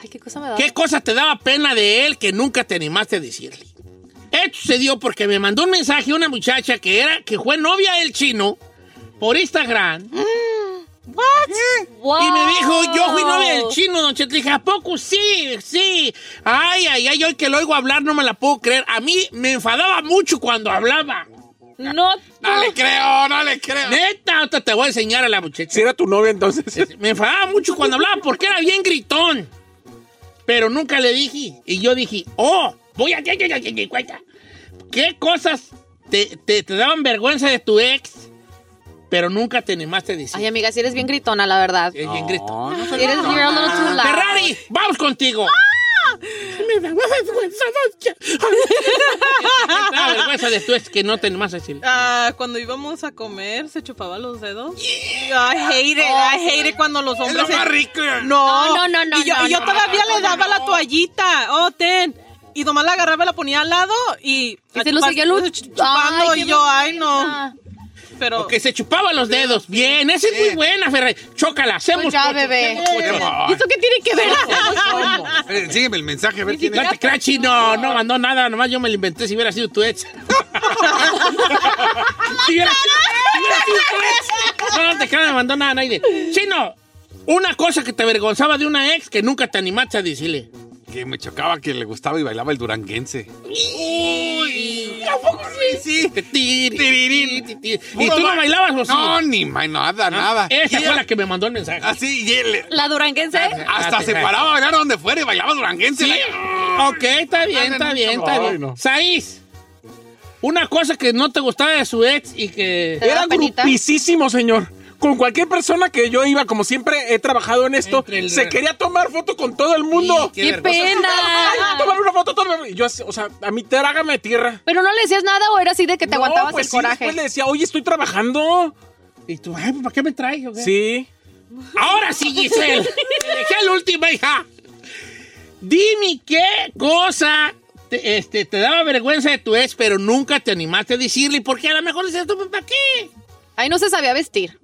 S2: Ay, qué cosa me da.
S1: ¿Qué cosa te daba pena de él que nunca te animaste a decirle? Esto se dio porque me mandó un mensaje una muchacha que era que fue novia del chino por Instagram
S2: Wow.
S1: Y me dijo, yo fui novia del chino, don Cheto. Le Dije, ¿a poco? Sí, sí. Ay, ay, ay, hoy que lo oigo hablar no me la puedo creer. A mí me enfadaba mucho cuando hablaba. boca.
S2: No,
S1: no le creo, no le creo. Neta, ahorita te voy a enseñar a la muchacha. Si
S4: era tu novia entonces.
S1: Me enfadaba mucho cuando hablaba porque era bien gritón. Pero nunca le dije. Y yo dije, oh, voy a... ¿Qué cosas te, te, te daban vergüenza de tu ex, pero nunca te animaste a decir?
S2: Ay, amiga, si eres bien gritona, la verdad.
S1: Es bien grito.
S2: Si eres you're a little too loud.
S1: Ferrari, vamos contigo. ¡Ah! Me da vergüenza, ¿Qué te da vergüenza de tu ex que no te animas a decir.
S6: Ah, cuando íbamos a comer, se chupaba los dedos. I hate it, I hate it cuando los hombres.
S1: Oh. lo
S6: se-
S1: más rico.
S6: No,
S2: No, no, no,
S6: Y yo,
S2: no,
S6: y yo
S2: no,
S6: todavía
S2: no,
S6: le
S2: no,
S6: daba la toallita. Oh, ten. Y nomás la agarraba, la ponía al lado y.
S2: Y se lo
S6: chupa-
S2: seguía lu-
S6: chupando.
S2: Ay, qué
S6: y yo, ay,
S2: vergüenza.
S6: no. Pero.
S1: Que se chupaba los dedos. Bien, esa es muy buena, Ferrari. Chócala, hacemos.
S2: Pues ya,
S1: coche,
S2: bebé.
S1: hacemos coche.
S2: ¿Y eso qué tiene que ver?
S3: Eh, Sígueme el mensaje, a ver quién
S1: No te
S3: es.
S1: creas, chino, no mandó nada, nomás yo me lo inventé si hubiera sido tu ex. si hubiera si hubiera sido tu ex. No, no te creas, me mandó nada nadie. Chino, una cosa que te avergonzaba de una ex que nunca te animaste a decirle.
S3: Que me chocaba que le gustaba y bailaba el duranguense.
S1: Uy, tampoco sí, sí. Tiri, tiri, tiri. ¿Y tú
S3: Puro
S1: no
S3: ba-
S1: bailabas o sí?
S3: No, ni ma- nada, nada.
S1: Esa
S3: Y
S1: fue
S3: era-
S1: la que me mandó el mensaje.
S3: Así, y él
S2: ¿La duranguense?
S3: hasta se paraba a bailar donde fuera y bailaba duranguense.
S1: Sí.
S3: La-
S1: Ok, está bien,
S3: Ah,
S1: está
S3: no,
S1: bien,
S3: no,
S1: está
S3: ay,
S1: bien.
S3: no.
S1: Saiz, una cosa que no te gustaba de su ex y que...
S2: ¿Te daba
S4: Era
S2: penita?
S4: grupicísimo, señor. Con cualquier persona que yo iba, como siempre he trabajado en esto,
S1: Entre el-
S4: se quería tomar foto con todo el mundo.
S1: Sí,
S2: ¡Qué pena!
S4: Ay, tómame una foto, tómame. Y Yo, así, o sea, a mí trágame tierra.
S2: ¿Pero no le decías nada o era así de que te
S4: No,
S2: aguantabas
S4: pues
S2: el
S4: sí,
S2: coraje?
S4: después le decía, oye, estoy trabajando.
S1: Y tú, ay, ¿para qué me traes? o qué?
S4: Sí.
S1: Ahora sí, Giselle. Te dejé la última, hija. Dime qué cosa te, este, te daba vergüenza de tu ex, pero nunca te animaste a decirle, porque a lo mejor dices, "Tú, ¿para qué?
S2: Ahí no se sabía vestir.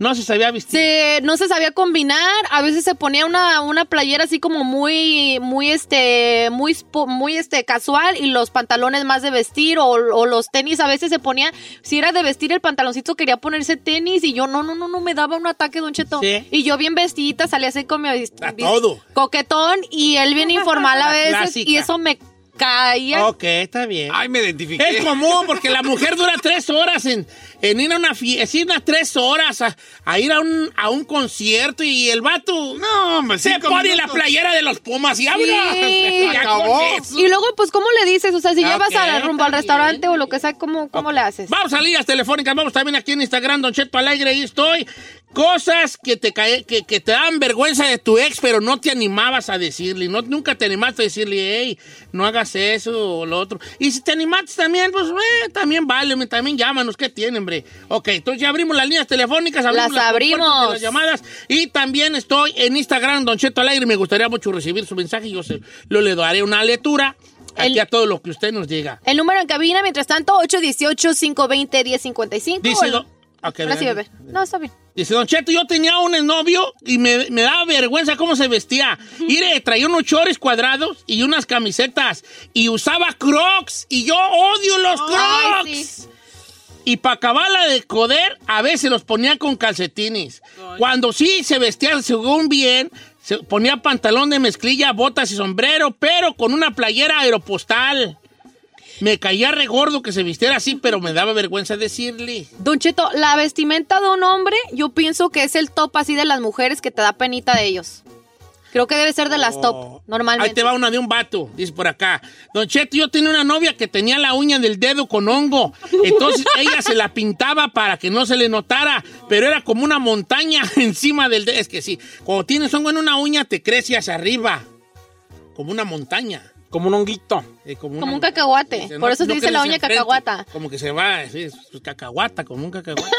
S1: No se sabía vestir.
S2: Se, no se sabía combinar. A veces se ponía una, una playera así como muy, muy, este, muy, spo- muy, este, casual y los pantalones más de vestir o, o los tenis. A veces se ponía, si era de vestir el pantaloncito, quería ponerse tenis y yo, no, no, no, no, me daba un ataque, don Cheto.
S1: Sí.
S2: Y yo bien vestidita, salía así con mi vest-
S1: A
S2: vest-
S1: todo.
S2: coquetón y él bien informal a
S1: La
S2: veces
S1: clásica.
S2: y eso me caía.
S1: Ok, está bien.
S3: Ay, me identifiqué.
S1: Es común porque la mujer dura tres horas en, en ir a una fiesta, unas tres horas a, a ir a un, a un concierto y el vato
S3: No, hombre,
S1: se
S3: cinco
S1: pone la
S3: minutos.
S1: playera de los Pumas y habla.
S2: Sí.
S3: Acabó.
S2: Y luego, pues, ¿cómo le dices? O sea, si
S1: Ah,
S2: llevas
S1: ok,
S2: a la rumbo al
S1: está
S2: restaurante
S1: bien.
S2: o lo que sea, ¿cómo, cómo le haces?
S1: Vamos a líneas telefónicas, vamos también aquí en Instagram, Don Cheto Alegre, ahí estoy. Cosas que te, cae- que, que te dan vergüenza de tu ex, pero no te animabas a decirle, no, nunca te animaste a decirle, hey, no hagas eso o lo otro. Y si te animaste también, pues eh, también vale, me- también llámanos, ¿qué tienen, hombre? Ok, entonces ya abrimos las líneas telefónicas, abrimos
S2: Las abrimos.
S1: compuertas de las llamadas y también estoy en Instagram, Don Cheto Alegre, me gustaría mucho recibir su mensaje, yo se, lo le daré una lectura aquí
S2: El-
S1: a todo lo que usted nos diga.
S2: El número en cabina, mientras tanto, 818-520-1055.
S1: Dice...
S2: O-
S1: Don- Ok,
S2: Ahora sí,
S1: ¿verdad?
S2: bebé. No, está bien.
S1: Dice, Don Cheto, yo tenía un novio y me, me daba vergüenza cómo se vestía. Mire, traía unos chores cuadrados y unas camisetas y usaba crocs y yo odio los crocs.
S2: Ay, sí.
S1: Y para acabarla de coder, a veces los ponía con calcetines. Cuando sí se vestía según bien, se ponía pantalón de mezclilla, botas y sombrero, pero con una playera aeropostal. Me caía re gordo que se vistiera así, pero me daba vergüenza decirle.
S2: Don Cheto, la vestimenta de un hombre, yo pienso que es el top así de las mujeres que te da penita de ellos. Creo que debe ser de las top, normalmente.
S1: Oh. Ahí te va una de un vato, dice por acá. Don Cheto, yo tenía una novia que tenía la uña del dedo con hongo. Entonces ella se la pintaba para que no se le notara, pero era como una montaña encima del dedo. Es que sí, cuando tienes hongo en una uña, te crece hacia arriba. Como una montaña.
S4: Como un honguito.
S1: eh,
S2: Como un
S1: montaña.
S2: cacahuate.
S1: Se
S2: Por eso se dice
S1: crece
S2: la uña
S1: enfrente,
S2: cacahuata.
S1: Como que se va, sí, es pues, cacahuata, como un cacahuata.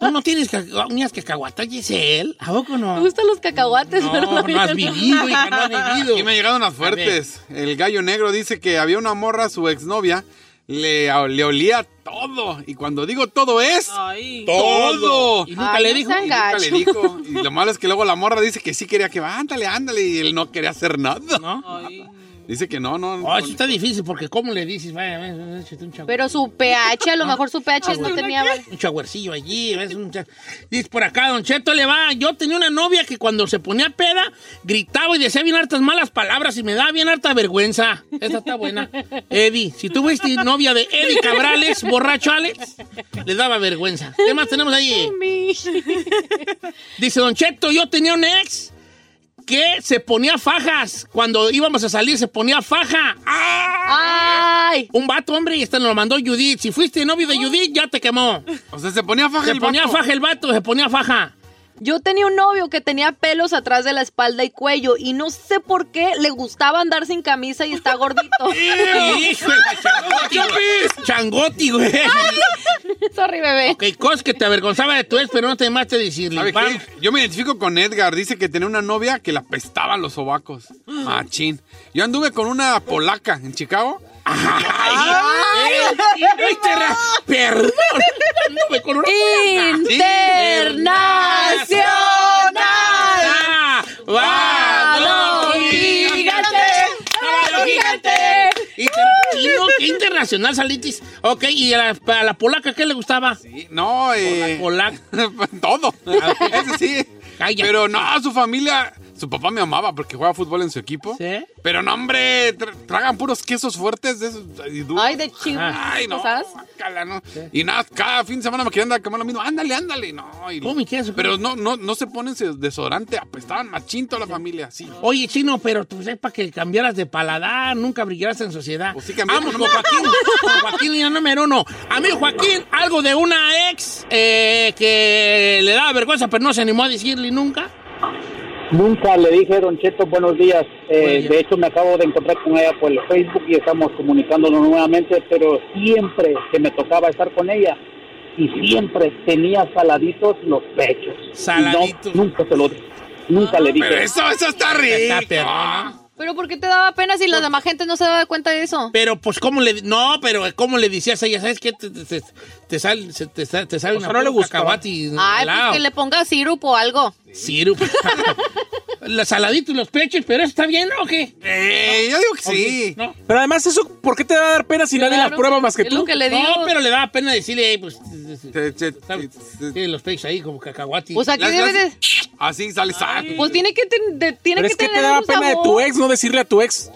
S1: ¿Tú no tienes caca- uñas cacahuata, Giselle? ¿A poco
S2: Me
S1: no?
S2: gustan los cacahuates, pero
S1: No, no has vivido, hija, no has vivido.
S3: Aquí me llegaron unas fuertes. El gallo negro dice que había una morra, su exnovia, le, le olía todo. Y cuando digo todo es
S6: Ay.
S3: todo.
S1: Y nunca
S2: Ay,
S1: le
S2: no
S1: dijo.
S2: sean
S3: Y nunca le
S2: gacho.
S3: dijo. Y lo malo es que luego la morra dice que sí quería que va, ándale, ándale. Y él no quería hacer nada.
S1: ¿No?
S6: Ay.
S3: Dice que no, no.
S1: Oh, eso está difícil porque ¿cómo le dices? Vaya, ves, ves, échate un chagüe-
S2: Pero su pH, a lo mejor su pH no tenía...
S1: Ah, un chagüercillo allí, ves, un cha- Dice por acá, Don Cheto le va. Yo tenía una novia que cuando se ponía peda, gritaba y decía bien hartas malas palabras y me daba bien harta vergüenza. Esta está buena. Eddie, si tú fuiste novia de Eddie Cabrales, borracho Alex, le daba vergüenza. ¿Qué más tenemos ahí? Dice Don Cheto, yo tenía un ex que se ponía fajas. Cuando íbamos a salir se ponía faja. ¡Ay! Un vato, hombre, y este nos lo mandó Judith. Si fuiste novio de Judith, ya te quemó. O sea, se ponía faja
S3: el
S1: Se ponía
S3: vato.
S1: faja el vato, se ponía faja.
S2: Yo tenía un novio que tenía pelos atrás de la espalda y cuello y no sé por qué le gustaba andar sin camisa y está gordito.
S1: ¡Hijo de changoti! ¡Changoti, güey!
S2: Sorry, bebé.
S1: eh. Ok, cosas que te avergonzaba de tu ex, pero no te animaste a
S3: ¿Sabe
S1: decirle.
S3: qué? Yo me identifico con Edgar. Dice que tenía una novia que la pestaban los sobacos. Machín. Yo anduve con una polaca en Chicago.
S1: ¡Ay, terra- ¡Perdón! Anduve con una polaca.
S2: ¡Internacional!
S1: ¡Vado
S2: gigante!
S1: ¡Vado gigante! Inter- ¿Qué internacional salitis? Ok, ¿y a la, a la polaca qué le gustaba?
S3: No, eh.
S1: Polaca.
S3: Todo. Ese sí. Pero no, su familia. Su papá me amaba porque jugaba fútbol en su equipo.
S1: ¿Sí?
S3: Pero no, hombre, tra- tragan puros quesos fuertes de esos. y duros.
S2: Ay, de chivo.
S3: Ay, no. guácala, no. Y nada, cada fin de semana me querían dar a comer lo mismo. Ándale, ándale. No, y-
S1: ¿Cómo y qué es?
S3: Pero no, no, no se ponen se- desodorante. Apestaban machín toda la familia. Sí.
S1: Oye, chino, pero tú sepas que cambiaras de paladar, nunca brillaras en sociedad. Vamos con Joaquín. Con Joaquín, línea número uno. Amigo Joaquín, algo de una ex eh, que le daba vergüenza, pero no se animó a decirle nunca.
S11: Nunca le dije, Don Cheto, buenos días. Eh,
S1: Buenos días.
S11: de hecho, me acabo de encontrar con ella por el Facebook y estamos comunicándonos nuevamente, pero siempre que me tocaba estar con ella y siempre tenía saladitos los pechos. Saladitos. nunca se lo Nunca le dije.
S3: Ah, Pero eso, eso está rico.
S2: Pero ¿por qué te daba pena si la demás gente no se daba cuenta de eso?
S1: Pero, pues, ¿cómo le.? No, pero, ¿cómo le decías a ella? ¿Sabes qué? Te, te, te- te sale, se- te, sa- te sale
S2: Pues
S4: O sea,
S1: una
S4: no le
S1: pura
S4: gustó.
S1: cacahuate y
S2: Ay,
S1: helado.
S2: pues que le ponga sirup o algo.
S1: Sirup. La saladito y los pechos, pero eso está bien, ¿o qué?
S3: Eh, yo digo que
S1: sí. No.
S4: Pero además, ¿eso por qué te va a dar pena si nadie la prueba más que tú?
S1: No, pero le daba pena decirle, eh, pues.
S3: ¿sabes?
S1: Tiene los pechos ahí como cacahuate.
S2: Pues aquí
S1: Las-
S2: debe
S1: las-
S2: de...
S3: Así sale sal.
S2: Pues tiene que, ten- de- tiene
S4: Pero
S2: que
S4: es que
S2: tener
S4: te daba
S2: un
S4: pena de
S2: sabor.
S4: tu ex no decirle a tu ex.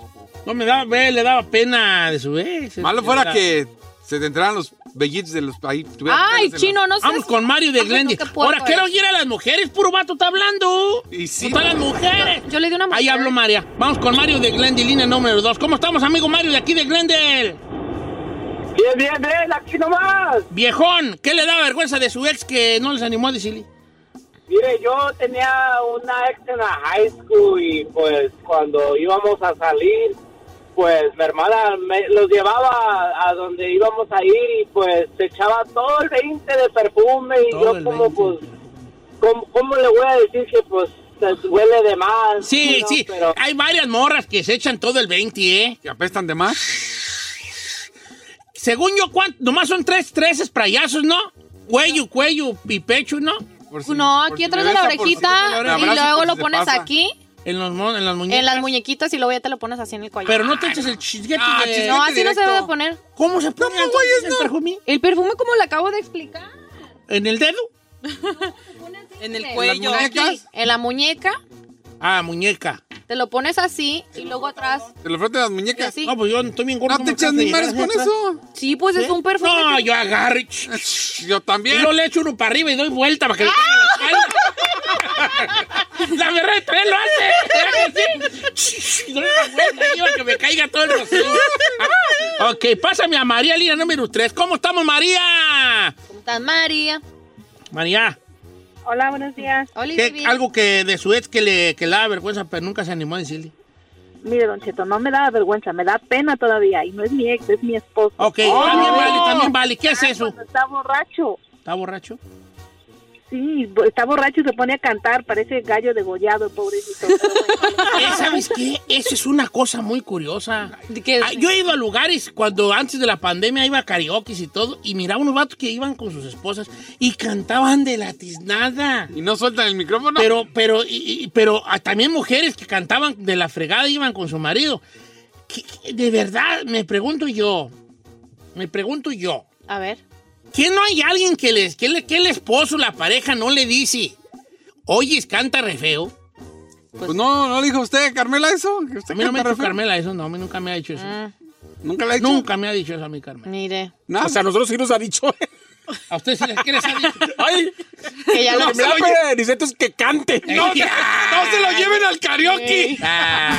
S1: No me daba, ve, le daba pena de su ex.
S3: Malo
S1: Le
S3: fuera
S1: daba-
S3: que se te entraran los bellitos de los ahí. tuvieras
S2: Ay,
S3: pelos en
S2: chino, no sé.
S1: Vamos con Mario de Glendy. Ahora, quiero oír a las mujeres, puro vato está hablando. Y
S3: sí.
S1: las mujeres.
S2: Yo le di una mujer.
S1: Ahí hablo María. Vamos con Mario de Glendale, línea número 2. ¿Cómo estamos, amigo Mario de aquí de Glendale?
S11: Bien, bien, bien, aquí nomás.
S1: Viejón, ¿qué le da vergüenza de su ex que no les animó a decirle?
S11: Mire, yo tenía una ex en la high school y pues cuando íbamos a salir, pues mi hermana me- los llevaba a, a donde íbamos a ir y pues se echaba todo el 20 de perfume y yo como pues, ¿cómo, cómo le voy a decir que pues se huele de más?
S1: Sí,
S11: ¿no?
S1: sí.
S11: Pero
S1: Hay varias morras que se echan todo el 20, ¿eh?
S3: ¿Que apestan de más?
S1: Según yo, ¿cuánto? Nomás son tres, tres sprayazos, ¿no? Cuello, cuello y pecho, ¿no?
S2: No, aquí atrás de la orejita y luego lo pones aquí,
S1: En, los mon- en las muñecas.
S2: en las muñequitas y luego ya te lo pones así en el cuello.
S1: Pero no te eches el chisguete
S2: Ah,
S1: de-
S2: no, así no se debe de poner.
S1: pues, ¿Cómo se pone entonces el perfume?
S2: El perfume, como le acabo de explicar.
S1: ¿En el dedo?
S6: En el
S2: ¿En
S6: cuello.
S2: las muñecas? en la muñeca,
S1: Ah, muñeca.
S2: te lo pones así y luego atrás.
S3: ¿Te lo frente de las muñecas?
S2: Así.
S1: No, pues yo estoy bien gordo.
S3: No te echas ni mares con eso.
S2: Sí, pues es un perfume.
S1: ¿Eh? No, yo agarro. y-
S3: Yo también.
S1: Y yo le echo uno para arriba y doy vuelta para que le caiga en la espalda. la verdad, también lo hace. ¿verdad que sí? Y doy una vuelta ahí para que me caiga todo el rocío. Ah, ok, pásame a María Lina número 3. ¿Cómo estamos, María?
S2: Tan María.
S1: María,
S12: Hola, buenos días.
S2: Hola,
S1: ¿qué- algo que de su ex que le, que le da vergüenza, pero nunca se animó a decirle.
S12: Mire, Don Cheto, no me da vergüenza, me da pena todavía. Y no es mi ex, es mi esposo.
S1: Ok, también vale, también vale. ¿Qué es eso?
S6: pues,
S12: Está borracho.
S1: ¿Está borracho?
S12: Sí, bo- está borracho y se pone a cantar. Parece gallo degollado, pobrecito.
S1: Eh, ¿Sabes qué? Eso es una cosa muy curiosa. Ah, yo he ido a lugares cuando antes de la pandemia iba a karaoke y todo, y miraba unos vatos que iban con sus esposas y cantaban de la tiznada.
S3: ¿Y no sueltan el micrófono?
S1: Pero, pero, y- y- pero ah, también mujeres que cantaban de la fregada iban con su marido. ¿Qué- qué- de verdad, me pregunto yo. Me pregunto yo.
S2: A ver.
S1: ¿Qué no hay alguien que les, que, le- que el esposo, la pareja, no le dice? Oyes, canta re feo.
S3: Pues, no, no dijo usted, Carmela, eso. Que usted
S1: A mí no me ha
S3: canta
S1: dicho
S3: re feo.
S1: Carmela eso, no, a mí nunca me ha dicho eso.
S2: Ah.
S3: ¿Nunca le ha dicho?
S1: Nunca me ha dicho eso a mí, Carmela.
S2: Mire.
S3: Nada.
S4: O sea, a nosotros sí nos ha dicho.
S1: A usted sí les, ¿qué les ha dicho.
S4: ¡Ay!
S2: Que ya
S4: lo
S2: lo
S4: que me da
S2: sabe.
S4: pena de Niceto es que cante.
S1: No,
S3: no se lo lleven al karaoke.
S1: Ah.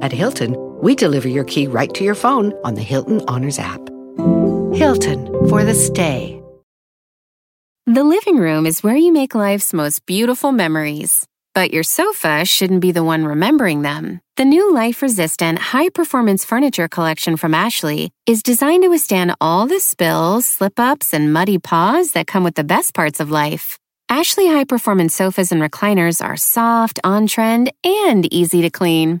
S13: At Hilton, we deliver your key right to your phone on the Hilton Honors app. Hilton for the stay.
S14: The living room is where you make life's most beautiful memories. But your sofa shouldn't be the one remembering them. The new life resistant, high performance furniture collection from Ashley is designed to withstand all the spills, slip ups, and muddy paws that come with the best parts of life. Ashley high performance sofas and recliners are soft, on trend, and easy to clean.